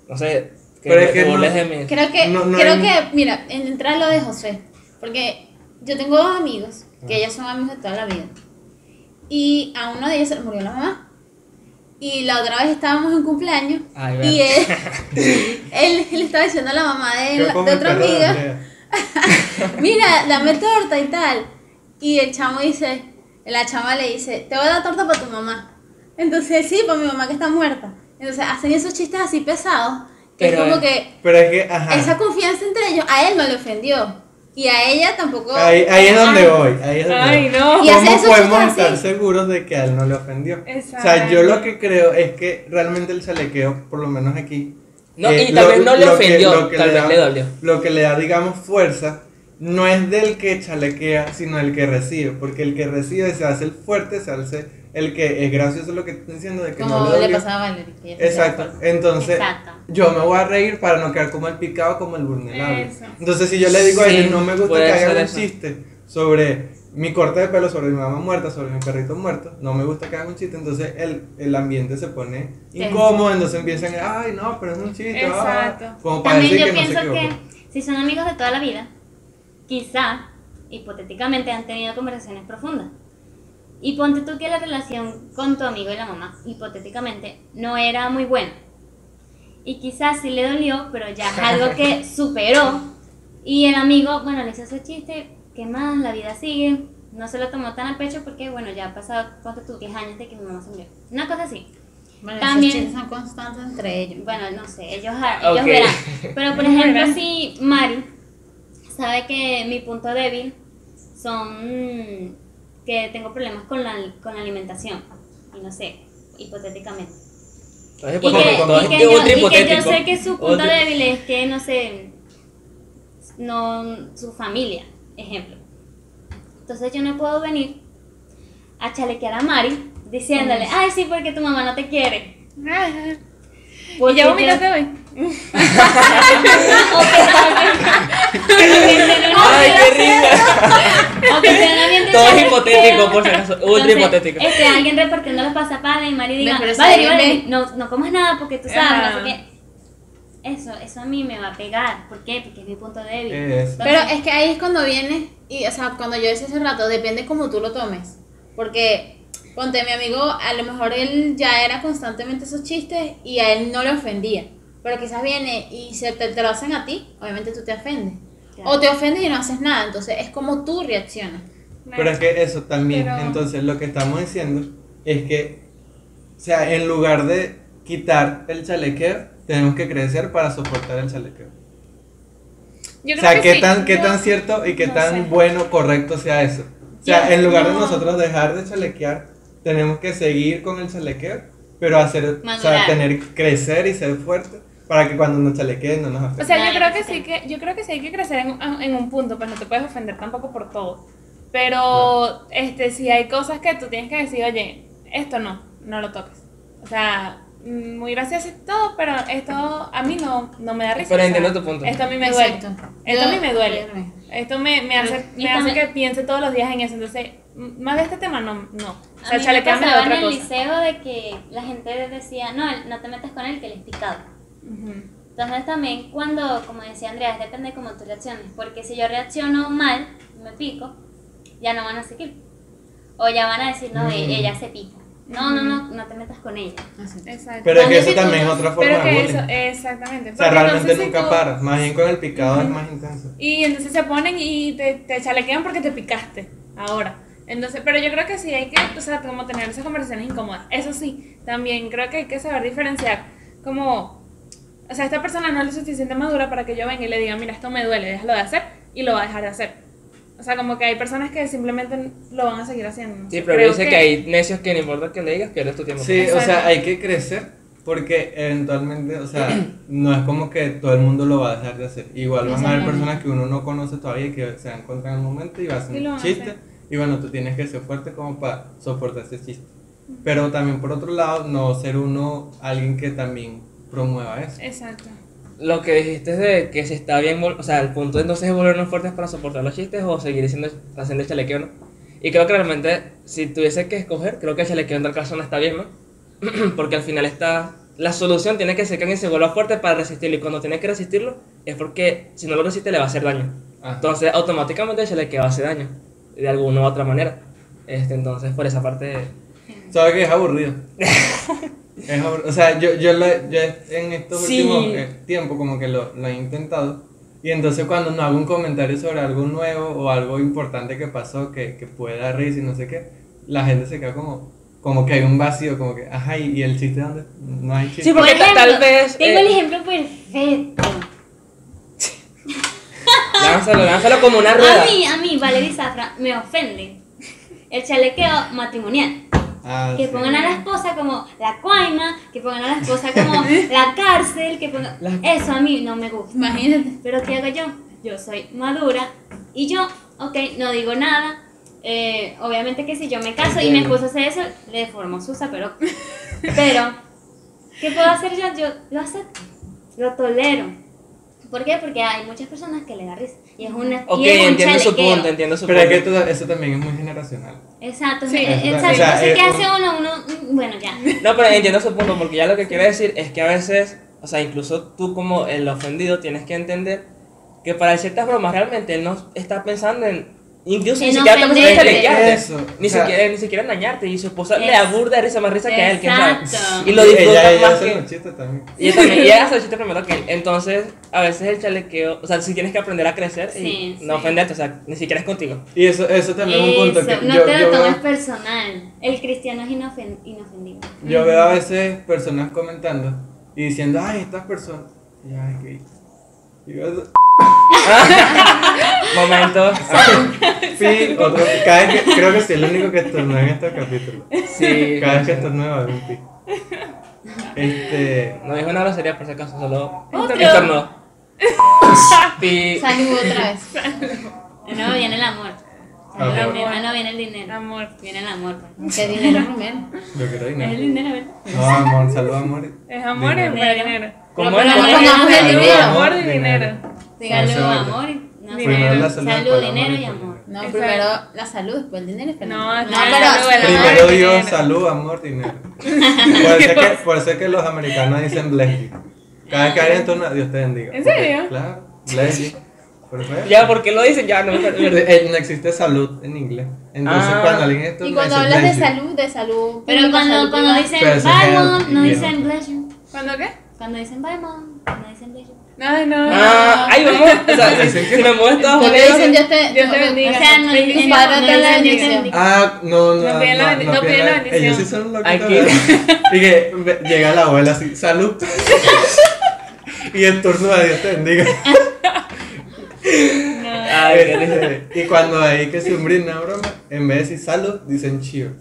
B: No sé, que
A: Pero
B: me-
A: es que
B: te
A: no-
B: burles de mí.
E: Creo que,
A: No, no
E: creo
A: hay-
E: que, mira, en- entra lo de José, porque yo tengo dos amigos, que ellos son amigos de toda la vida, y a uno de ellos se le murió la mamá, y la otra vez estábamos en cumpleaños,
B: Ay,
E: y
B: ver.
E: él, él le estaba diciendo a la mamá de,
A: Yo
E: la-
A: como
E: de
A: el
E: otra
A: perro de
E: amiga,
A: Andrea.
E: mira, dame torta y tal, y el chamo dice, la chama le dice, te voy a dar torta para tu mamá, entonces sí, para mi mamá que está muerta, entonces hacen esos chistes así pesados, que
B: Pero,
E: es como
B: eh,
E: que...
A: Pero es que, ajá.
E: Esa confianza entre ellos, a él no le ofendió. Y a ella tampoco.
A: Ahí, ahí es donde
E: Ay,
A: voy. Ahí es donde
D: Ay,
A: voy.
D: no.
E: Y hace
A: ¿Cómo
E: eso
A: podemos
E: cosas así.
A: estar seguros de que a él no le ofendió? O sea,
D: Exacto.
A: yo lo que creo es que realmente el chalequeo, por lo menos aquí.
B: No,
A: eh,
B: y tal vez no le
A: lo que-
B: ofendió,
A: lo que
B: tal vez
A: da-
B: le dolió.
A: Lo que le da, digamos, fuerza no es del que chalequea, sino el que recibe. Porque el que recibe se hace el fuerte, se hace el que es gracioso lo que estoy diciendo de que
E: Como
A: no le
E: le,
A: dolió.
E: pasaba a Valerie. que ella se
A: Exacto.
E: quedaba
A: Entonces,
C: Exacto.
A: yo me voy a reír para no quedar como el picado, como el vulnerable.
D: Eso.
A: Entonces, si yo le digo a
B: Sí,
A: ellos, no me gusta
B: puede
A: que
B: ser
A: hagan un
B: eso.
A: chiste sobre mi corte de pelo, sobre mi mamá muerta, sobre mi perrito muerto, no me gusta que hagan un chiste, entonces el, el ambiente se pone incómodo, entonces empiezan, ay, no, pero es un chiste. ah",
D: Exacto.
A: como para
C: También
A: decir
C: yo
A: que no
C: pienso
A: se
C: que
A: equivocó.
C: si son amigos de toda la vida, quizá, hipotéticamente, han tenido conversaciones profundas. Y ponte tú que la relación con tu amigo y la mamá, hipotéticamente, no era muy buena. Y quizás sí le dolió, pero ya es algo que superó. Y el amigo, bueno, le hizo ese chiste, ¿qué más? La vida sigue. No se lo tomó tan al pecho porque, bueno, ya ha pasado, ponte tú, 10 años de que mi mamá se murió. Una cosa así. También-
E: Bueno, También. Esos chistes son constantes entre ellos.
C: Bueno, no sé, ellos, ah, ellos
B: Ah, Ok.
C: verán. Pero por
D: Ellos
C: ejemplo,
D: verán.
C: si Mari sabe que mi punto débil son mm, que tengo problemas con la, con la alimentación. Y no sé, hipotéticamente.
B: Todo es
C: Y que,
A: Bueno,
B: hipotético,
A: cuando
B: todo
C: y
B: es
C: que
B: otro
C: yo, y que yo
B: hipotético.
C: sé que su punto
B: Otro-
C: débil es que, no sé, no su familia, ejemplo. Entonces yo no puedo venir a chalequear a Mari diciéndole, ay, sí, porque tu mamá no te quiere.
D: Ah,
C: Porque
D: ya
C: yo-
D: vomitaste hoy.
C: o que también-
B: Ay, qué rica.
C: o que tenga un ambiente
B: Todo es
C: chévere.
B: hipotético, por si acaso. Ultra
C: Entonces,
B: hipotético.
C: Este, alguien repartiendo los pasapanes y Mari diga,
E: Ven, pero
C: Valerie,
E: sí,
C: Valerie,
E: ven".
C: no, no comas nada porque tú sabes,
D: Ajá.
C: no sé qué. Eso, eso a mí me va a pegar. ¿Por qué? Porque es mi punto débil.
A: Es-
E: Pero es que ahí es cuando vienes, y, o sea, cuando yo decía hace rato, depende cómo tú lo tomes. Porque, ponte, mi amigo, a lo mejor él ya era constantemente esos chistes y a él no le ofendía. Pero quizás viene y se te, te lo hacen a ti, obviamente tú te ofendes.
C: Claro.
E: O te ofendes y no haces nada. Entonces es como tú reaccionas.
A: Pero es que eso también,
D: Pero-
A: entonces lo que estamos diciendo es que, o sea, en lugar de quitar el chalequeo, tenemos que crecer para soportar el chalequeo.
D: Yo
A: O sea,
D: creo que
A: qué,
D: sí.
A: tan, qué
D: Yo-
A: tan cierto y qué
D: no
A: tan
D: sé.
A: bueno, correcto sea eso. O sea,
D: Yo-
A: en lugar de
D: no.
A: nosotros dejar de chalequear, tenemos que seguir con el chalequeo, pero hacer, o sea,
C: Madurar.
A: tener, crecer y ser fuerte para que cuando nos chalequeen no nos
D: O
A: afecte.
D: sea,
C: Claro,
D: yo creo que
C: sí.
D: sí que, yo creo que sí hay que crecer en, un- en un punto, pues no te puedes ofender tampoco por todo. Pero este, si hay cosas que tú tienes que decir, oye, esto no, no lo toques. O sea, mm, muy gracioso y todo, pero esto a mí no, no me da risa.
B: Pero
D: o sea,
B: entiendo tu punto.
D: Esto a mí me duele.
E: Exacto.
D: Esto
E: Yo-
D: a mí me duele.
E: yo también.
D: Esto me, me hace,
C: Y
D: me hace
C: también-
D: que piense todos los días en eso. Entonces, m- más de este tema no, no. O
C: A
D: sea,
C: mí me
D: chalequeame de
C: pasaba en
D: otra
C: el
D: cosa.
C: liceo de que la gente decía, no, él- no te metas con él, que él es picado.
D: Ujú.
C: Entonces también cuando, como decía Andrea, depende de cómo tú reacciones, porque si yo reacciono mal, me pico, ya no van a seguir. O ya van a decir,
B: Mm.
C: no, e- ella se pica. No, no, no, no te metas con ella.
E: Así.
D: Exacto.
A: Pero es que
C: Cuando
A: eso
C: sí tú
A: también es
C: no-
A: otra forma
D: Pero
A: de
D: que
A: bullying.
D: eso, exactamente.
A: o sea,
D: Porque entonces
A: realmente
D: si
A: nunca
D: tú-
A: para, más bien con el picado es más intenso.
D: Y entonces se ponen y te, te chalequean porque te picaste ahora. Entonces, pero yo creo que sí hay que, o sea, como tener esas conversaciones incómodas. Eso sí, también creo que hay que saber diferenciar como, o sea, esta persona no es lo suficiente madura para que yo venga y le diga, mira, esto me duele, déjalo de hacer y lo va a dejar de hacer. O sea, como que hay personas que simplemente lo van a seguir haciendo.
B: Sí, pero
D: Creo
B: dice que hay necios que no importa que le digas, pierdes tu tiempo.
A: Sí, o
D: Exacto.
A: sea, hay que crecer porque eventualmente, o sea, no es como que todo el mundo lo va a dejar de hacer. Igual van a haber personas que uno no conoce todavía y que se van a encontrar en el momento y va a hacer
D: Y lo
A: un
D: van a
A: chiste.
D: hacer.
A: Y bueno, tú tienes que ser fuerte como para soportar ese chiste. Pero también por otro lado, no ser uno alguien que también promueva eso.
D: Exacto.
B: Lo que dijiste es de que si está bien, vol- o sea, el punto entonces es volvernos fuertes para soportar los chistes o seguir siendo, haciendo el chalequeo, ¿no? Y creo que realmente, si tuviese que escoger, creo que el chalequeo en tal caso no está bien, ¿no? porque al final está... La solución tiene que ser que alguien se vuelva fuerte para resistirlo y cuando tiene que resistirlo es porque si no lo resiste le va a hacer daño.
A: Ajá.
B: Entonces automáticamente el chalequeo hace daño de alguna u otra manera. Este, entonces por esa parte...
A: ¿Sabes que es aburrido? Es abur- O sea, yo, yo, la- yo en estos
B: Sí.
A: últimos eh, tiempos como que lo, lo he intentado. Y entonces cuando no hago un comentario sobre algo nuevo o algo importante que pasó que, que puede dar risa y no sé qué, la gente se queda como, como que hay un vacío, como que, ajá, ¿y, y el chiste dónde? No hay chiste.
B: Sí, porque
C: Por
B: ta- tal vez,
C: Tengo
B: eh,
C: el ejemplo perfecto.
B: Ya, lánzalo, lánzalo como una rueda.
C: A mí, a mí, Valerie Zafra me ofende el chalequeo matrimonial.
A: Ah,
C: Que
A: sí.
C: pongan a la esposa como la cuaima, que pongan a la esposa como la cárcel, que pongan... Eso a mí no me gusta.
E: Imagínate.
C: Pero ¿qué hago yo? Yo soy madura y yo, ok, no digo nada. Eh, obviamente que si yo me caso y mi
B: Entiendo.
C: esposo hace eso, le formo susa, pero... Pero, ¿qué puedo hacer yo? Yo lo acepto, lo tolero. ¿Por qué? Porque hay muchas personas que le da risa. Y es una...
B: Ok,
C: y es un
B: entiendo su
C: chalequeo.
B: punto, entiendo su
A: Pero es
B: punto.
A: que esto- eso también es muy generacional.
C: Exacto,
D: Sí,
C: eh,
A: es
C: exacto.
A: verdad. O sea,
C: Entonces, ¿qué
A: eh,
C: hace uno? Uno, mm, bueno, ya.
B: No, pero entiendo su punto, porque ya lo que quiero decir es que a veces, o sea, incluso tú como el ofendido tienes que entender que para ciertas bromas realmente él no está pensando en... Incluso ni
C: En
B: siquiera está pensando en
C: ofenderte.
B: chalequearte,
A: Eso,
B: ni,
A: o sea-
B: siquiera, ni siquiera en dañarte, y su esposa le
C: Es-
B: aburda de risa más risa que él, que sabe.
C: Exacto.
B: Y lo
A: ella,
B: disfruta
A: ella
B: más
A: hace
B: que...
A: los chistes también.
B: Y ella también, ella hace el chiste primero que él. Entonces, a veces el chalequeo, o sea, si tienes que aprender a crecer y
C: Sí,
B: no
C: sí.
B: ofenderte, o sea, ni siquiera es contigo.
A: Y eso, eso también es un punto
C: Eso,
A: que
C: no
A: yo,
C: te
A: yo
C: lo tomes
A: veo,
C: personal. El cristiano es inofen- inofendible.
A: yo veo a veces personas comentando y diciendo, ay, estas personas. Y, ay, que- y yo-
B: Momento.
A: Sí, otro, cada vez que, creo que soy el único que estornuda en este capítulo.
B: Sí.
A: Cada vez que estornuda es un pi. Este.
B: No dijo una grosería por si acaso, solo
D: Otro.
B: estornudo. Pi.
E: Salud otra vez.
C: De nuevo viene el amor. O sea,
A: Ok.
C: de nuevo- de nuevo viene el dinero.
D: Amor.
C: Viene el amor.
A: Ah,
C: pues.
E: Qué dinero primero.
A: Yo quiero
C: Es el
A: dinero.
C: dinero, ¿verdad?
A: No, amor, salud, amor.
D: Es amor y
A: Dinero.
D: para dinero.
B: ¿Cómo
E: Pero
B: es?
E: no
B: ¿Cómo
E: le
B: es?
E: pongamos el
A: Salud,
E: dinero.
D: amor y dinero.
C: Dígale
A: Eso vale.
C: amor y no sé.
A: Primero la salud.
C: Salud,
A: después el amor
C: dinero y
A: después el dinero.
C: amor.
E: No,
D: Exacto.
E: primero la salud, después el dinero. después el
D: No, no, no,
E: dinero. no, pero.
D: bueno.
A: Primero
D: Ay,
A: Dios,
D: dinero.
A: salud, amor, dinero. Por eso, que, por eso es que los americanos dicen bless you. Cada vez que alguien entorna, Dios te bendiga.
D: ¿En serio?
A: Claro, bless you. Por favor.
B: Ya, ¿por qué lo dicen? Ya, no me acuerdo.
A: Eh, No existe salud en inglés. Entonces,
B: Ah.
A: cuando alguien estornuda,
E: Y cuando
A: dice,
E: hablas de
A: "Bless you".
E: salud, de salud.
C: Pero
E: pública,
C: cuando,
E: salud
C: cuando
E: privada.
C: dicen
A: Pero eso es
C: bye mom, no
A: healthy,
C: dicen bless you.
D: ¿Cuándo qué?
C: Cuando dicen bye mom, no dicen bless you.
D: Ay, no.
B: Ah, ay, vamos. O sea, si, si me muevo a Estados
E: Porque dicen
B: Unidos.
E: Dios te,
D: Dios te bendiga.
C: O sea, no dicen
E: Padre, te la bendición.
A: Ah, no, no.
D: No piden la bendi- no piden la bendición.
A: Ellos sí son loquitos.
B: Aquí.
A: ¿verdad? Y que ve- llega la abuela así, salud. y estornuda, Dios te bendiga.
B: Ay, qué risa.
A: Este, y cuando hay que se una broma, en vez de decir salud, dicen cheers.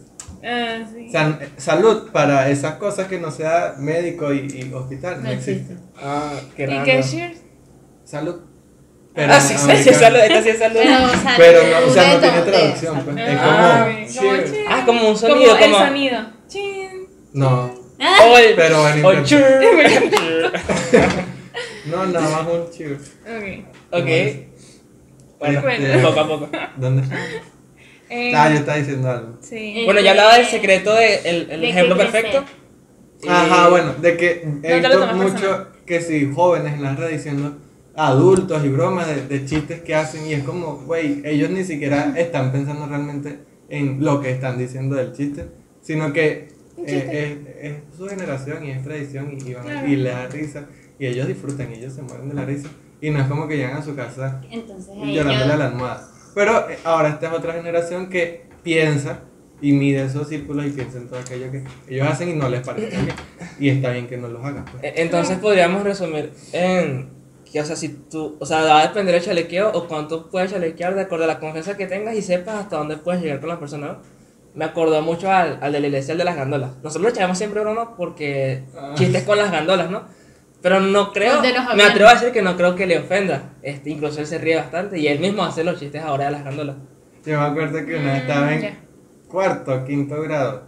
D: Ah, sí.
A: San- salud para esas cosas que no sea médico y, y hospital, no,
E: No
A: existe.
B: Ah, qué
D: ¿Y
B: raro.
D: qué cheers?
A: Salud. Pero
B: Ah, sí, sí, sí,
A: americano.
B: salud. Esta sí es salud.
E: Pero, o sea,
A: Pero no, o sea,
E: salud
A: no tiene
E: de-
A: traducción. pues, Es como
B: Ah,
D: como
A: cheers.
D: cheers.
B: Ah, como un
D: Como
B: sonido,
D: el
B: como.
D: sonido. Chin.
A: No,
B: O el.
A: Pero en
B: o
A: inglés.
B: chur.
A: no, nada más un cheers.
D: Ok.
B: Ok. Bueno,
A: Este,
B: poco a poco.
A: ¿Dónde está?
D: Eh,
A: Ah, yo estaba diciendo algo.
D: Sí.
C: Eh,
B: Bueno, ya hablaba del secreto, de, el, el
C: De que
B: ejemplo
C: crecer.
B: perfecto.
A: Ajá,
B: Y-
A: bueno, de que he
D: Eh, te lo
A: visto
D: tomas
A: mucho
D: personal.
A: que si jóvenes en las redes diciendo adultos y bromas de, de chistes que hacen y es como, güey, ellos ni siquiera están pensando realmente en lo que están diciendo del chiste, sino que eh, es, es su generación y es tradición y, y van-
D: Claro.
A: y les da risa y ellos disfrutan y ellos se mueren de la risa y no es como que llegan a su casa
C: Entonces ahí yo,
A: llorándole a la almohada. Pero eh, ahora esta es otra generación que piensa y mide esos círculos y piensa en todo aquello que ellos hacen y no les parece bien. Y está bien que no los hagan. pues.
B: E- Entonces podríamos resumir en que, o sea, si tú, o sea, va a depender el chalequeo o cuánto puedes chalequear de acuerdo a la confianza que tengas y sepas hasta dónde puedes llegar con la persona. ¿no? Me acordó mucho al, al de la iglesia, al de las gandolas. Nosotros echamos siempre broma porque
A: Ah.
B: chistes con las gandolas, ¿no? Pero no creo,
E: Los de los
B: me
E: aviones.
B: atrevo a decir que no creo que le ofenda. Este, incluso él se ríe bastante y él mismo hace los chistes ahora de las gandolas.
A: Yo me acuerdo que una vez estaba en
D: ya.
A: cuarto, quinto grado.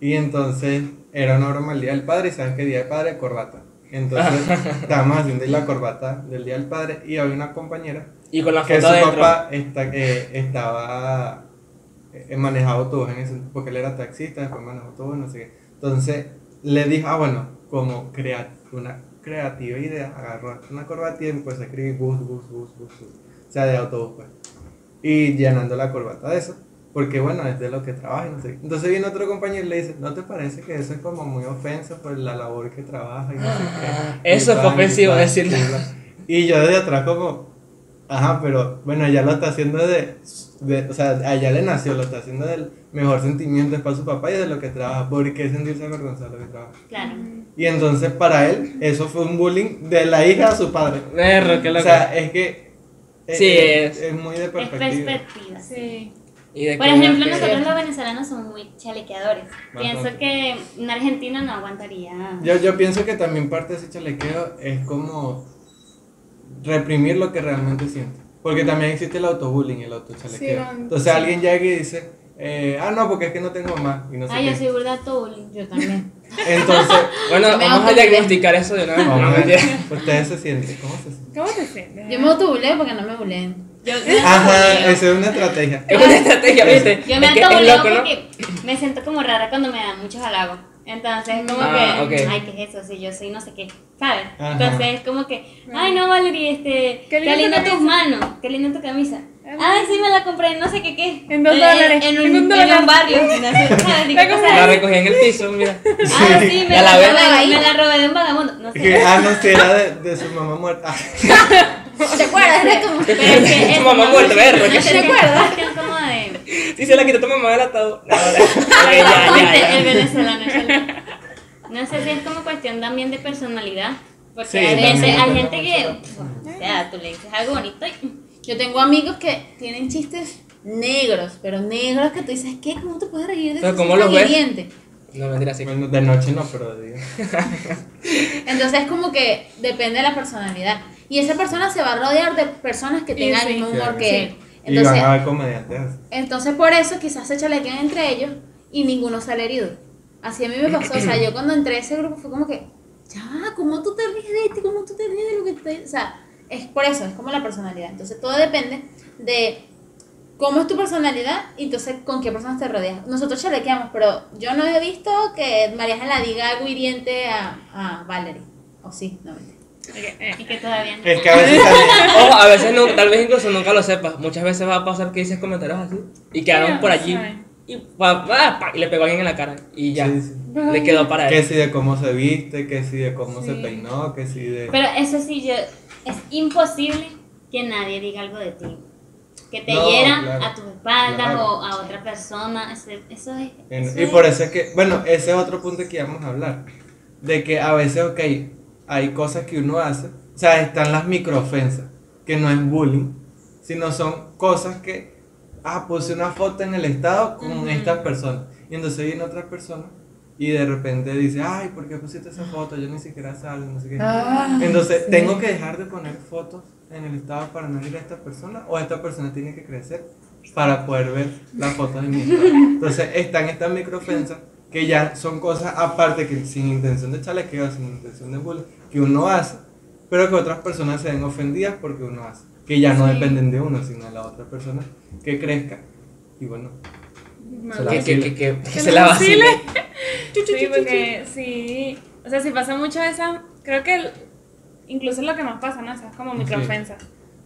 A: Y entonces era una broma el Día del Padre y sabes que Día del Padre corbata. Entonces estábamos haciendo la corbata del Día del Padre y había una compañera
B: Y con la
A: que
B: foto
A: su
B: adentro.
A: papá está, eh, estaba eh, manejaba autobús en ese porque él era taxista, después manejó autobús, no sé qué. Entonces le dije, ah, bueno, como crear una creativa idea, agarró una corbata y empezó a escribir bus, bus, bus, bus, bus. O sea, de autobús, pues. Y llenando la corbata de eso, porque bueno, es de lo que trabaja, y no sé qué. Entonces viene otro compañero y le dice, ¿no te parece que eso es como muy ofensa por la labor que trabaja? Y no sé qué?
B: Eso
A: Y
B: fue
A: tal, y
B: ofensivo
A: tal,
B: decirlo.
A: y tal. Y yo desde atrás como, ajá, pero bueno, ya lo está haciendo de, de- o sea, allá le nació, lo está haciendo del mejor sentimiento es para su papá y de lo que trabaja, ¿por qué sentirse avergonzado de lo que trabaja?
C: claro.
A: Y entonces para él, eso fue un bullying de la hija a su padre.
B: Erro, qué
A: O
B: loco.
A: sea, es que Es,
B: Sí,
A: es,
B: es.
A: es muy de
C: Es
A: perspectiva.
C: perspectiva.
D: Sí.
B: Y de
C: Por
B: que-
C: ejemplo,
B: que-
C: nosotros los venezolanos somos muy chalequeadores. Pienso
A: Bastante.
C: que un argentino no aguantaría.
A: Yo, yo pienso que también parte de ese chalequeo es como reprimir lo que realmente siente. Porque también existe el autobullying, el autochalequeo.
E: Sí,
A: Entonces
E: sí.
A: alguien llega y dice, eh, ah, no, porque es que no tengo mamá. Y no sé
C: Ay, yo
A: qué.
C: soy burda de bullying.
E: Yo también.
A: Entonces,
B: Bueno,
E: Me
B: vamos a
E: autocuidé.
B: diagnosticar eso de una vez.
A: vamos
B: No,
A: a ver,
B: mentira.
A: ustedes se sienten, ¿cómo se sienten?
D: ¿Cómo te sientes? eh.
E: Yo me autobuleo porque no me buleen.
C: Yo,
B: Ah.
A: Ajá, esa es una estrategia.
B: Es una estrategia, ¿viste?
C: yo me
B: es que
C: ando
B: es
C: buleo
B: loco, ¿no?
C: porque me siento como rara cuando me dan muchos halagos. Entonces, como
B: Ah,
C: que,
B: ok.
C: ay, ¿qué es eso? Si yo soy no sé qué, ¿sabes?
A: Ajá.
C: Entonces, como que, ay, no, Valerie, este,
D: Qué
C: qué
D: linda tu
C: linda tus
D: camisa.
C: manos, qué linda tu camisa.
D: Ay,
C: Ay, sí, me la compré, en no sé qué, qué.
D: En dos
C: Eh,
D: dólares,
C: En un,
D: en un
C: en un
D: dólar.
C: barrio. no sé, ¿sabes? Digo,
D: La compré.
C: o sea,
B: La recogí en el piso, mira.
C: Ah, sí, me
B: Ya
C: la,
B: la veo.
C: robé, me la robé de un vagabundo. No sé.
A: Que, ah, no, si era de, de su mamá muerta.
E: ¿Te acuerdas? Era como...
C: Pero es que
B: Tu
C: es
B: mamá
C: como-
B: muerta,
D: ¿eh?
B: ¿verdad?
C: No sé,
E: ¿Te acuerdas?
C: Es cuestión como de.
B: Si se la quitó tu mamá del ataúd. No, no. Ok, ya, ya, ya.
C: El venezolano es el- No sé si es como cuestión también de personalidad. Porque
A: Sí,
C: hay
A: también
C: gente, hay
A: depende
C: gente que.
A: mucho.
C: pf, O sea, tú le dices algo bonito y.
E: Yo tengo amigos que tienen chistes negros, pero negros que tú dices, ¿qué? ¿Cómo te puedes reír de
B: Pero
E: esto?
B: ¿cómo
E: Es
B: los ves?
E: hiriente".
B: No, mentira, sí.
A: Bueno, de noche no, pero de día.
E: Entonces, como que depende de la personalidad. Y esa persona se va a rodear de personas que
D: Y
E: tengan
D: sí.
E: el mismo
A: Sí.
E: humor que él.
A: Y van
E: Entonces,
A: a ver comediantes.
E: entonces, por eso quizás se chalequean entre ellos y ninguno sale herido. Así a mí me pasó. O sea, yo cuando entré a ese grupo fue como que, ya, ¿cómo tú te ríes de este? ¿Cómo tú te ríes de lo que te.? O sea, es por eso, es como la personalidad. Entonces, todo depende de cómo es tu personalidad y entonces con qué personas te rodeas. Nosotros chalequeamos, pero yo no he visto que María Ángela diga algo hiriente a, a Valerie. O sí, no mentira.
D: eh.
C: Y que todavía no.
A: Es que a veces también-
B: Ojo, a veces no, tal vez incluso nunca lo sepas. Muchas veces va a pasar que dices comentarios así y quedaron
D: Sí,
B: por allí.
D: saben.
B: Y, pa- pa- pa, y le pegó a alguien en la cara y ya.
A: Sí, sí.
B: Le quedó para
A: Que
B: él.
A: si de cómo se viste, que si de cómo se
D: Sí.
A: peinó, que si de...
C: Pero eso sí, yo, es imposible que nadie diga algo de ti. Que te
A: No,
C: hiera
A: claro,
C: a tus espaldas
A: claro.
C: o a otra persona. Eso, eso es.
A: En-
C: eso
A: y
C: es-
A: por eso es que, bueno, ese es otro punto que íbamos a hablar. De que a veces, ok, hay cosas que uno hace, o sea, están las microofensas, que no es bullying, sino son cosas que, ah, puse una foto en el estado con estas personas. Y entonces viene otra persona y de repente dice, ay, ¿por qué pusiste esa foto? Yo ni siquiera salgo, no sé qué. entonces, ¿tengo que dejar de poner fotos en el estado para no ir a esta persona? ¿O esta persona tiene que crecer para poder ver las fotos de mi historia. Entonces están estas microofensas que ya son cosas aparte que sin intención de chalequeo, sin intención de bullying, que uno hace, pero que otras personas se ven ofendidas porque uno hace, que ya no dependen de uno, sino de la otra persona que crezca. Y bueno, se la
B: Que, que, que,
A: vacila.
B: que, que
D: Que
B: se
D: lo
B: la
D: vacile.
B: vacile.
D: Sí, porque sí. O sea, si pasa mucho esa, creo que el- incluso es lo que más pasa, ¿no? O sea, es como microofensas.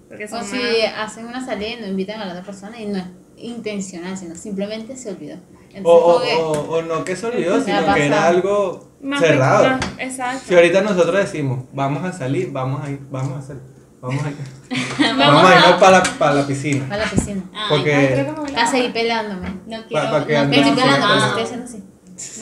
D: Porque
E: O
D: son
E: si
D: más-
E: hacen una salida y no invitan a la otra persona y no es intencional, sino simplemente se olvidó. Entonces,
A: O, o,
E: como que-
A: o- o no que se olvidó,
E: Me ha
A: sino que era
E: pasado.
A: algo
D: más
A: cerrado.
D: más- exacto.
A: Si ahorita nosotros decimos, vamos a salir, vamos a ir, vamos a salir, vamos a ir,
C: Vamos
A: vamos a
C: a-
A: irnos para la, para la piscina.
E: a la piscina.
C: Ay,
D: Ay, Ah, creo que
A: Porque,
D: me voy a
E: A
D: lavar.
E: seguir pelándome.
C: no quiero.
A: para, para que
C: no
E: Me
A: anden
E: estoy
C: quiero-
A: cerca.
E: pelando, me
C: no.
E: estoy haciendo así.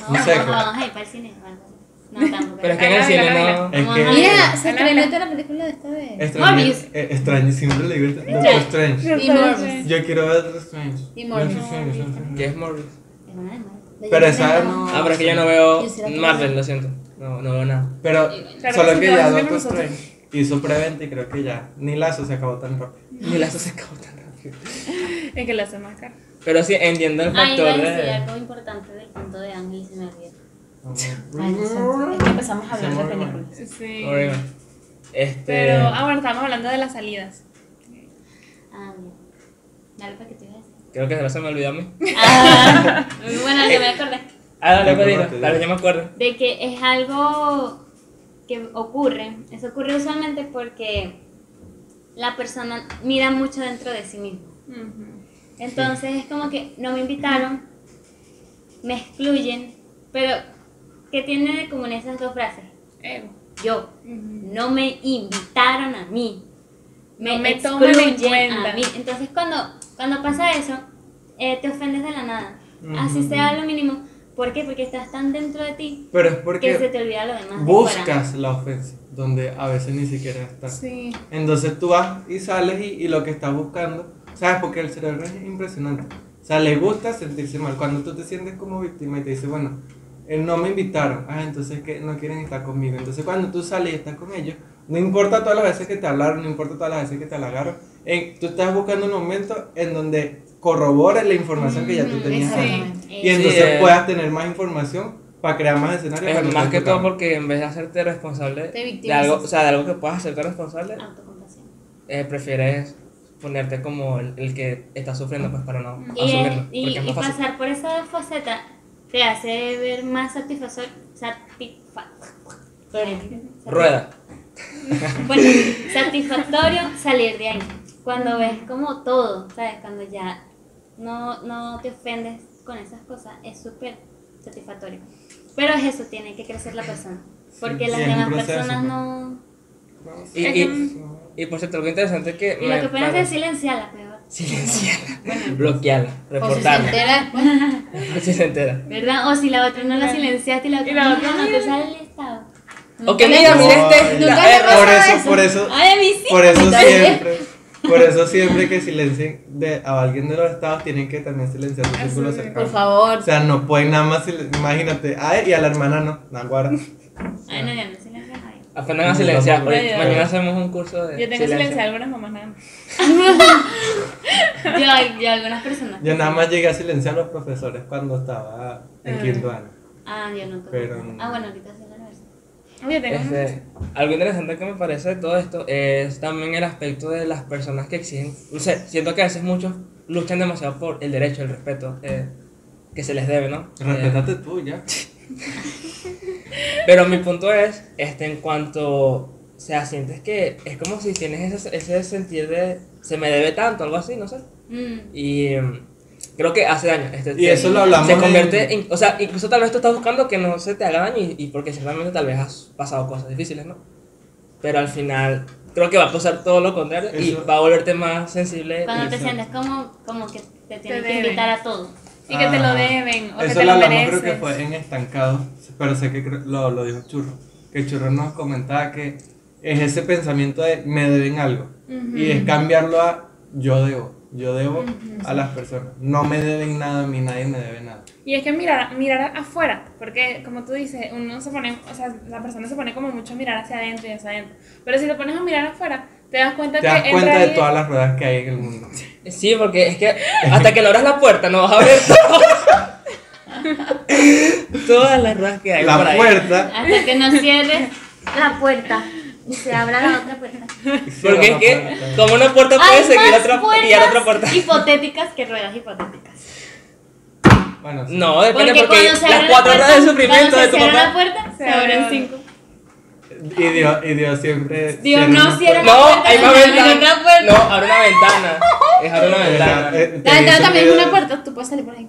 C: No,
A: Un
C: vamos,
A: seco.
C: vamos a ir para el cine. o algo así. No, tampoco.
B: Pero es que en el
D: Ábrela,
B: cine
D: ábrela.
B: no.
A: Es
C: Vamos
A: que-
C: a-
E: Mira, se
D: Ana,
E: estrenó
D: Ana.
E: esta la película de esta de.
A: Extrañé,
C: Morbius.
A: eh, extrañé, siempre le digo Doctor Strange.
D: Yo
E: Y
D: también.
E: Morbius.
A: Yo quiero ver Doctor Strange.
E: Y Morbius.
A: Doctor Strange, Doctor Strange.
B: Que es Morbius.
C: Es una demora.
E: de
A: Pero
E: Jonathan
A: esa
E: Nolan.
A: no.
B: Ah, pero es que yo no veo
E: Yo sí la tengo.
B: Marvel, lo siento. No, no veo nada.
A: Pero
D: Claro
A: solo
D: que
A: que
D: sí,
A: ya
D: lo
A: Doctor
D: hacemos nosotros.
A: Strange hizo preventa y creo que ya. Ni Lazo se acabó tan rápido.
B: Ni la se acabó tan rápido.
D: Es que lo hace más caro.
B: Pero sí, entiendo el
C: Ah, iba a
B: factor eh.
C: decir
B: de.
C: algo importante del punto de Ángel y se me olvidó.
E: Ay, Dios santo. Es que empezamos a hablar de
A: Morbius.
E: películas.
D: Sí.
B: Oregon. Este.
D: Pero, ah, bueno, estábamos hablando de las salidas.
C: Ah, bien. Dale para que te iba a decir.
B: Creo que se me olvidó a mí.
C: Ah, bueno, yo me acordé.
B: Ah, dale,
A: Ya,
B: pues dilo.
A: acordate,
B: Tal vez
A: ya.
B: ya me acuerdo.
C: De que es algo que ocurre. Eso ocurre usualmente porque la persona mira mucho dentro de sí misma.
D: Ujú.
C: Entonces es como que no me invitaron, me excluyen, pero ¿qué tiene de común esas dos frases?
D: Ego.
C: Yo,
D: Ujú.
C: no me invitaron a mí.
D: No me toman en
C: excluyen
D: cuenta.
C: a mí. Entonces cuando, cuando pasa eso, eh, te ofendes de la nada. Así
A: Ujú.
C: sea lo mínimo. ¿Por qué? Porque estás tan dentro de ti
A: Pero es
C: que se
A: porque
C: te olvida lo demás. de fuera.
A: buscas la ofensa, donde a veces ni siquiera está.
E: Sí.
A: Entonces tú vas y sales y, y lo que estás buscando, ¿sabes? Porque el cerebro es impresionante. O sea, le gusta sentirse mal. Cuando tú te sientes como víctima y te dice, bueno, eh, no me invitaron, ah, entonces que no quieren estar conmigo. Entonces cuando tú sales y estás con ellos, no importa todas las veces que te hablaron, no importa todas las veces que te halagaron, eh, tú estás buscando un momento en donde corrobores la información que ya tú
C: Mm,
A: tenías. ahí.
C: exactamente.
A: Y
C: Eh,
A: entonces
B: eh.
A: puedas tener más información para crear más escenarios. para
B: Es más que
A: estés
B: todo
A: tocando.
B: porque en vez de hacerte responsable
E: Te
B: de
E: victimizas.
B: algo, o sea, de algo que puedas hacerte responsable,
C: autocompasión.
B: eh, prefieres ponerte como el, el que está sufriendo pues para no
C: Mm. Y,
B: asumirlo.
C: es- y-
B: porque es
C: y
B: más fácil.
C: pasar por esa faceta te hace ver más satisfactor, satisfa- perdón,
B: Rueda.
C: Bueno, satisfactorio salir de ahí. Cuando ves como todo, ¿sabes? Cuando ya no, no te ofendes con esas cosas, es súper satisfactorio. Pero es eso, tiene que crecer la persona. Porque
A: Sí,
C: las
A: sí, es un
C: demás
A: proceso,
C: personas
A: pues.
C: no...
B: Y,
D: Es
A: mm.
B: y, y por cierto, algo interesante es que.
C: Y lo que pueden hacer es pues, silenciarla, peor.
B: Silenciarla, bloquearla,
E: O si se
B: reportarla.
E: entera pues, después.
B: Si se entera.
C: ¿Verdad? O si la otra no la silenciaste y la otra,
D: Y la
C: no,
D: otra
C: no
D: no.
C: te sale el estado.
B: Ok, mira,
A: No,
B: mira
A: eh,
B: este.
E: Nunca
B: la-
E: le
B: eh,
E: pasa
A: Por eso,
E: eso.
A: por eso,
C: Ay, a mí sí.
A: Por eso
E: También.
A: siempre, por eso siempre que silencien de, a alguien de los estados tienen que también silenciar su círculo
D: sí,
A: cercano.
E: Por favor.
A: O sea, no pueden nada más, silen- imagínate, a él y a la hermana no, no guarda.
C: Ay, no, ya no silencias a nadie.
B: Aprendan a silenciar.
A: Yo
D: tengo
B: Mañana hacemos un curso de.
D: Yo tengo silencio a
B: silencio.
D: algunas mamás nada más.
C: Yo, yo algunas personas.
A: Yo nada más llegué a silenciar a los profesores cuando estaba en
D: Ah.
A: quinto año.
C: Ah, yo nunca.
A: Pero-
C: Ah, bueno, ahorita sí en la universidad.
D: Yo tengo
B: Este, algo interesante que me parece de todo esto es también el aspecto de las personas que exigen. No sé, siento que a veces muchos luchan demasiado por el derecho, el respeto eh, que se les debe, ¿no? Eh,
A: Respétate tú ya.
B: Pero mi punto es, este, en cuanto, o sea, sientes que es como si tienes ese, ese sentir de, se me debe tanto, algo así, no sé.
C: Mm.
B: Y em, creo que hace daño. Este,
A: Y
B: se-
A: eso lo hablamos
B: Se convierte
A: en-
B: en, o sea, incluso tal vez tú estás buscando que no se te haga daño y, y porque ciertamente tal vez has pasado cosas difíciles, ¿no? Pero al final creo que va a pasar todo lo contrario y
A: Eso.
B: va a volverte más sensible.
C: Cuando te
A: Exacto.
C: sientes como, como que te tienen que
D: deben.
C: invitar a todo.
D: Y que te lo
A: Ah,
D: deben, o que
A: Eso lo
D: te lo
A: hablamos,
D: mereces.
A: creo que fue en estancado, pero sé que creo- lo, lo dijo Churro. Que Churro nos comentaba que es ese pensamiento de me deben algo. Y es cambiarlo a yo debo. Yo debo a las personas. No me deben nada a mí, nadie me debe nada.
D: Y es que mirar, mirar afuera, porque como tú dices, uno se pone, o sea, la persona se pone como mucho a mirar hacia adentro y hacia adentro. Pero si te pones a mirar afuera, te das cuenta
A: Te
D: que
A: das
D: en
A: cuenta de
D: realidad-
A: todas las ruedas que hay en el mundo.
B: Sí, porque es que hasta que no abras la puerta no vas a ver todo. todas las ruedas que hay por
A: La
B: ahí.
A: puerta.
C: Hasta que no cierres la puerta y se abra la otra puerta.
B: Porque es que como una puerta puede
C: Hay
B: seguir
C: más
B: otra
C: puertas
B: y a la otra puerta.
C: hipotéticas que ruedas hipotéticas.
A: Bueno, sí.
B: No, depende porque,
C: cuando se
B: las
C: abre
B: cuatro
C: la puerta,
B: horas de sufrimiento
C: cuando
B: de
C: se
B: tu
C: cierra
B: papá.
C: la puerta, se
D: se
C: abren
D: abre.
C: cinco.
A: Y Dios, y Dios siempre.
C: Dios no cierra la
B: No,
C: puerta.
B: hay más
C: se abre
B: ventanas.
C: otra puerta.
B: No, abre una ventana. Es abre una ventana.
A: eh.
E: La ventana también es una puerta, tú puedes salir por ahí.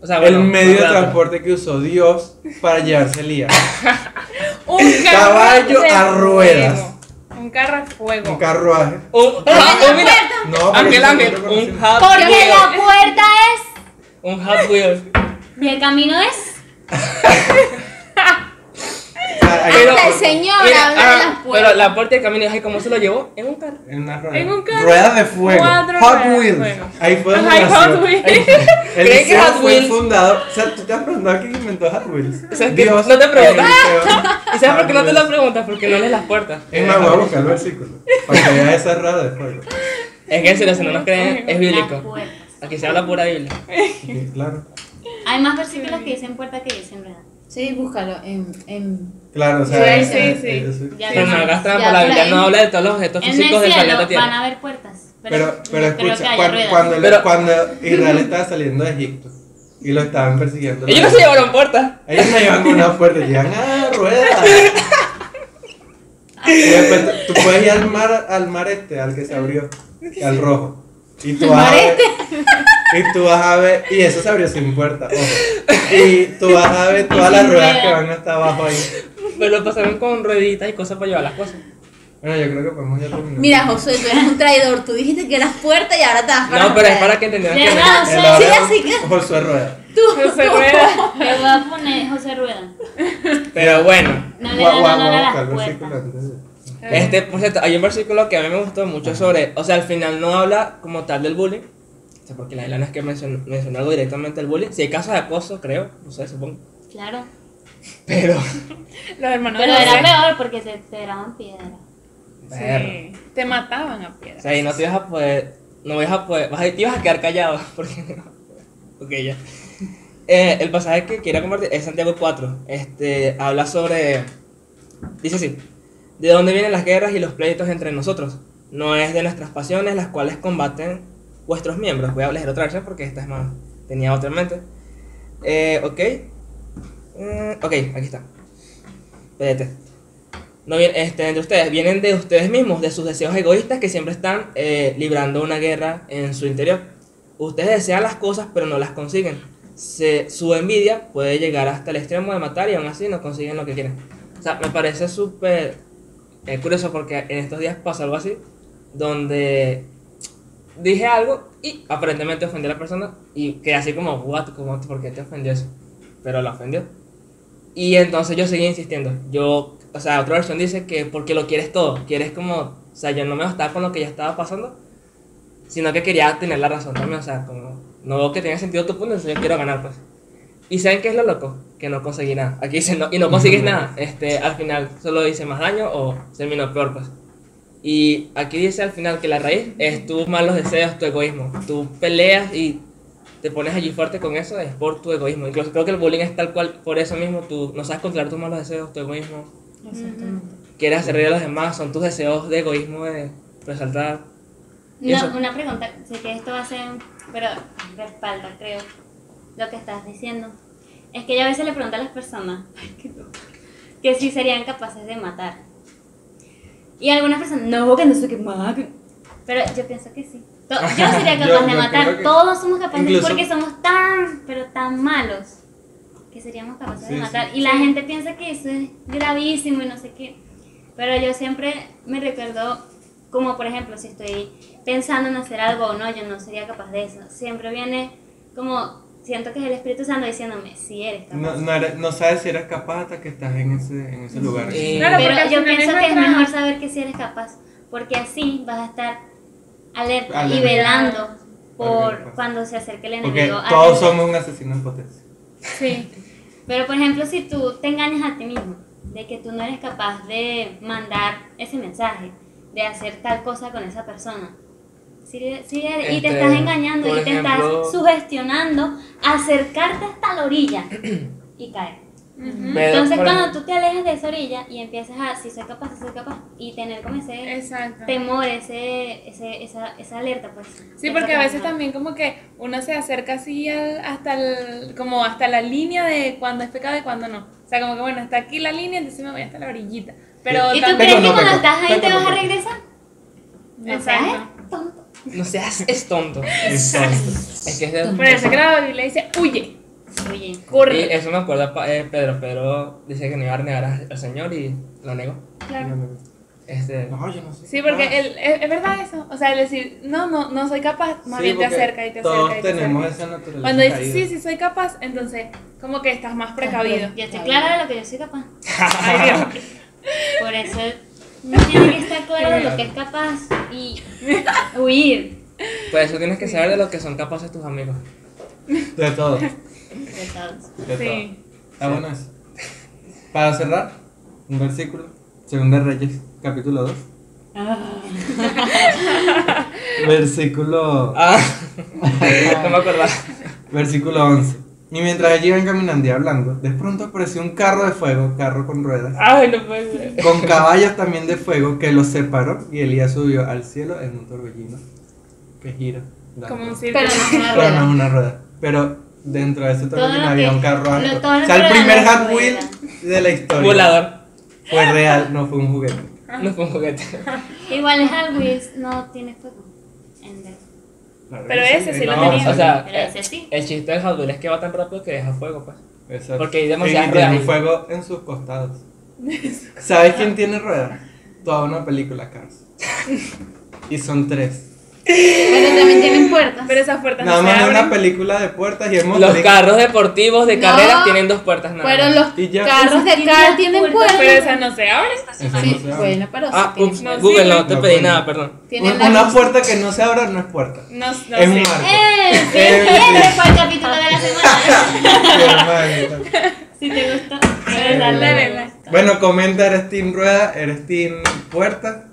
B: O sea,
A: el
B: bueno,
A: medio de
B: no, no, no.
A: transporte que usó Dios para llevarse el día.
D: Un
A: Caballo
D: de
A: a ruedas.
D: fuego. Un carro a fuego.
A: Un carruaje.
B: Un. ah, oh, mira.
A: No, pero
B: Ángel,
A: eso
B: Ángel.
A: no lo
B: Un
A: conocemos.
B: Hot
C: Porque
B: Wheel.
C: la puerta es
B: Un Hot Wheel.
C: y el camino es.
A: O sea, hay-
B: Pero-
E: Ay, señora,
B: Mira,
E: abre
B: ah,
E: las puertas.
B: Pero la puerta del camino, ay, ¿cómo se lo llevó? En un carro.
A: En una rueda.
D: En un carro.
A: Rueda de fuego.
D: Cuatro
A: Hot
D: ruedas de
A: Wheels.
D: fuego.
A: Ahí fue donde
D: Ajá,
A: nació.
D: Hot Wheels.
A: El
B: ¿Creen que
A: Liceo
B: Hot
A: fue el
B: Wheels-
A: fundador. O sea, tú te has preguntado quién inventó Hot Wheels.
B: O sea, es que no te preguntas. ¿Y sabes por qué no te lo preguntas? Porque no lees las puertas.
A: Es más, voy a buscar el versículo. Para que veas esa rueda de fuego.
B: Es que en serio, si no nos creen, es
C: Las
B: bíblico.
C: puertas.
B: Aquí se habla pura Biblia.
A: Sí, claro.
C: Hay más versículos que dicen puerta que dicen rueda.
E: Sí, búscalo en, en...
A: Claro, o sea.
D: Sí, sí,
A: eh,
D: sí.
A: eh, eso-
C: Ya
B: Pero
C: no,
B: no gastan
E: ya
B: por la
E: por
B: Biblia,
E: ahí.
B: no habla de todos los objetos
C: En el
B: físicos del planeta
C: cielo van
B: Tierra.
C: a haber puertas,
A: Pero,
C: pero,
A: pero
C: no creo que
A: escucha,
C: haya
A: cuan-
C: ruedas.
A: cuando,
B: Pero-
A: cuando Israel estaba saliendo de Egipto, y lo estaban persiguiendo.
B: Ellos no se llevaron puertas.
A: Ellos no llevan con una puerta, llevan a "Ah, ruedas. Y después tú tú puedes ir al mar, al mar este, al que se abrió, al rojo. Y tú vas a ver.
C: este?
A: Y tú vas a ver. Y eso se abrió sin puerta, ojo. Y tú vas a ver todas las
C: sin
A: ruedas
C: rueda.
A: que van hasta abajo ahí.
B: Pero lo pasaron con rueditas y cosas para llevar las cosas.
A: Bueno, yo creo que podemos ya terminar.
E: Mira, Josué, tú eres un traidor. Tú dijiste que eras fuerte y ahora te vas
B: No, pero es para
E: atrás.
B: que entendieran que
C: ¿Verdad,
A: El
C: José?
A: ahora
E: Sí, así que-
A: Josué Rueda.
E: Tú,
D: José Rueda.
C: Le voy a poner José Rueda.
B: Pero bueno,
C: No le
A: Guau,
C: dan
A: guau, guau,
C: honor a
A: buscar
C: las
A: el versículo
C: puertas.
A: antes de-
B: este, por cierto, hay un versículo que a mí me gustó mucho sobre, o sea, al final no habla como tal del bullying, o sea, porque la Elena es que mencionó, mencionó algo directamente del bullying, si hay casos de acoso, creo, no sé, supongo,
C: Claro.
B: pero,
D: Los hermanos
C: Pero
D: de
C: era
D: José.
C: peor porque te tiraban piedra.
B: perro.
D: Sí. Te mataban a
B: o
D: piedra.
B: sea, y no te ibas a poder, no ibas a poder, vas a, te ibas a quedar callado, porque no, ok, ya. Eh, el pasaje que quiero compartir es Santiago 4, este, habla sobre, dice así, ¿De dónde vienen las guerras y los pleitos entre nosotros? No es de nuestras pasiones las cuales combaten vuestros miembros. Voy a leer otra versión porque esta es más. tenía otra en mente. Eh, ok. Eh, ok, aquí está. PDT. No viene, este, de ustedes, vienen de ustedes mismos, de sus deseos egoístas que siempre están eh, librando una guerra en su interior. Ustedes desean las cosas pero no las consiguen. Se- su envidia puede llegar hasta el extremo de matar y aún así no consiguen lo que quieren. O sea, me parece súper es curioso porque en estos días pasó algo así, donde dije algo y aparentemente ofendí a la persona y quedé así como, what, ¿Cómo, ¿por qué te ofendió eso? Pero la ofendió. Y entonces yo seguí insistiendo. Yo, o sea, otra versión dice que porque lo quieres todo, quieres como, o sea, yo no me estaba con lo que ya estaba pasando, sino que quería tener la razón también, o sea, como, no veo que tenga sentido tu punto, entonces yo quiero ganar, pues. ¿Y saben qué es lo loco? Que no conseguí nada. Aquí dicen, no, y no consigues nada. Este, al final solo hice más daño o terminó peor, pues. Y aquí dice al final que la raíz es tus malos deseos, tu egoísmo. Tú peleas y te pones allí fuerte con eso, es por tu egoísmo. Incluso creo que el bullying es tal cual, por eso mismo tú no sabes controlar tus malos deseos, tu egoísmo. Quieres hacer reír a los demás, son tus deseos de egoísmo de resaltar. ¿Y
C: No,
B: eso?
C: una pregunta, sé que esto va a ser, pero respalda, creo, lo que estás diciendo. Es que yo a veces le pregunto a las personas que no, que si serían capaces de matar. Y algunas personas, no, que no sé qué más. que-". Pero yo pienso que sí. To- Yo sería
A: Yo-
C: capaz de
A: yo creo
C: matar.
A: que-
C: Todos somos capaces
A: incluso-
C: porque somos tan, pero tan malos que seríamos capaces
A: Sí,
C: de
A: sí.
C: matar. Y la gente piensa que eso es gravísimo y no sé qué. Pero yo siempre me recuerdo, como por ejemplo, si estoy pensando en hacer algo o no, yo no sería capaz de eso. Siempre viene como, siento que es el Espíritu Santo diciéndome, si eres capaz.
A: No, no, eres- no sabes si eres capaz hasta que estás en ese, en ese lugar.
B: Eh,
D: Claro, porque
C: Pero
D: al
C: yo
D: final
C: pienso
D: es
C: que es
D: nuestra-
C: mejor saber que si eres capaz, porque así vas a estar alerta, y
A: Alerta.
C: velando por
A: Alerta.
C: cuando se acerque el
A: Porque
C: enemigo.
A: todos
C: Alerta.
A: somos un asesino en potencia.
C: Sí. Pero por ejemplo, si tú te engañas a ti mismo, de que tú no eres capaz de mandar ese mensaje, de hacer tal cosa con esa persona. sí- sí eres- y te
B: Este,
C: estás engañando
B: por
C: y te
B: ejemplo-
C: estás sugestionando, acercarte hasta la orilla y caer.
B: Pero,
C: Entonces
B: por
C: cuando tú te alejas de esa orilla y empiezas a, si soy capaz, si soy capaz, y tener como ese
D: Exacto.
C: temor, ese, ese- esa, esa alerta, pues.
D: Sí,
C: esa
D: porque a veces
C: cosa.
D: también como que uno se acerca así al- hasta el, como hasta la línea de cuando es pecado y cuando no. O sea, como que bueno, está aquí la línea, entonces me voy hasta la orillita. Pero
C: ¿Y tú
D: también-
C: crees que
A: no
C: cuando
A: peco,
C: estás ahí
A: peco
C: te
A: no
C: vas a
A: peco.
C: regresar? No seas
D: Exacto.
C: tonto.
B: no seas es tonto.
A: Exacto.
B: Es que es de-
D: Por eso que la Biblia dice, huye,
C: Oye.
B: Y
D: corre.
B: eso me acuerda pa- eh, Pedro. Pedro dice que no iba a negar al Señor y lo negó.
D: Claro.
B: Este,
A: No, yo no sé.
D: Sí, porque
A: Ah,
D: el- es, es verdad eso. O sea, el decir, no, no, no soy capaz, más
A: sí,
D: bien te
A: porque
D: acerca y te
A: Todos
D: acerca. Y te
A: tenemos
D: acerca.
A: esa naturaleza.
D: Cuando dices,
A: caída.
D: sí, sí soy capaz, entonces como que estás más precavido.
C: Yo estoy clara de lo que yo soy capaz.
D: Ay, Dios.
C: Por eso uno tiene que estar claro de lo que es capaz y huir
B: por pues eso tienes que saber de lo que son capaces tus amigos.
A: De todo. De
C: de todos.
A: todo.
D: Sí.
A: Está bueno eso. Para cerrar, un versículo. Segunda Reyes, capítulo 2.
D: Ah.
A: Versículo
B: Ah, no me acordaba.
A: Versículo 11. Y mientras allí iban caminando y hablando, de pronto apareció un carro de fuego, carro con ruedas,
D: Ay, no puede ser.
A: con caballos también de fuego que los separó y Elías subió al cielo en un torbellino que gira. da
D: Como un
A: vueltas.
D: círculo.
E: Pero no
A: Pero no es
E: es una rueda.
A: una rueda. Pero dentro de ese
C: Todo
A: Torbellino
C: lo
A: había
C: que-
A: un carro
C: lo-
A: alto.
C: todo lo
A: o sea, el
C: que era
A: primer
C: la
A: Hot Wheel de la historia.
B: Volador.
A: Fue real, no fue un juguete.
D: Ah.
B: No fue un juguete.
C: Igual es Hot Wheels, no tiene fuego. En el-
A: Claro
D: Pero
A: que
D: ese sí lo
A: Eh, no,
D: tenía.
B: O sea,
C: Pero ese
B: eh,
C: sí.
B: el chiste del Hot Wheels es que va tan rápido que deja fuego, pues.
A: Exacto.
B: Porque hay demasiadas
A: Y tiene
B: ruedas.
A: fuego en sus costados. ¿Sabes quién tiene ruedas? Toda una película, Cars. Y son tres.
E: Pero también tienen puertas.
D: Pero esas puertas
A: Nada
D: no
A: más
D: se
A: de una
D: abren.
A: película de puertas y hemos
B: Los
A: peli-
B: carros deportivos de
E: No,
B: carreras tienen dos puertas nada más.
E: Fueron los
A: Y ya.
E: carros de
C: Esas
E: car tienen puertas.
D: Pero esas no se abren.
A: Eso no
E: Sí,
A: se habla.
E: bueno, pero sí
B: Ah,
E: tienen
B: ups,
E: puertas.
B: Google, no te
A: No,
B: pedí
A: bueno.
B: nada, perdón.
E: Tienen
A: Un- una
E: algo-
A: puerta que no se abra no es puerta.
D: No, no sé.
A: es un arco.
C: ¡Eh! Sí,
A: Eh,
C: ese
A: sí.
C: fue el capítulo
E: Ah,
C: de la semana.
A: Qué mal.
C: Si te gustó,
A: Eh, Bueno, comenta, eres team rueda, eres team puerta.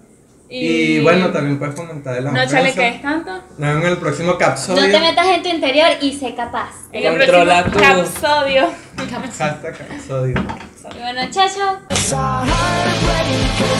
A: Y, bueno, también puedes comentar de las
D: No, chale,
A: ofensas.
D: que es tanto.
A: Nos vemos en el próximo
C: No te
A: capsodio.
C: metas en tu interior y sé capaz.
D: En el
B: Controla
D: próximo
B: tu-
D: capsodio.
A: Hashtag capsodio.
C: Y bueno, chao, chao.
F: It's a heartbreaker.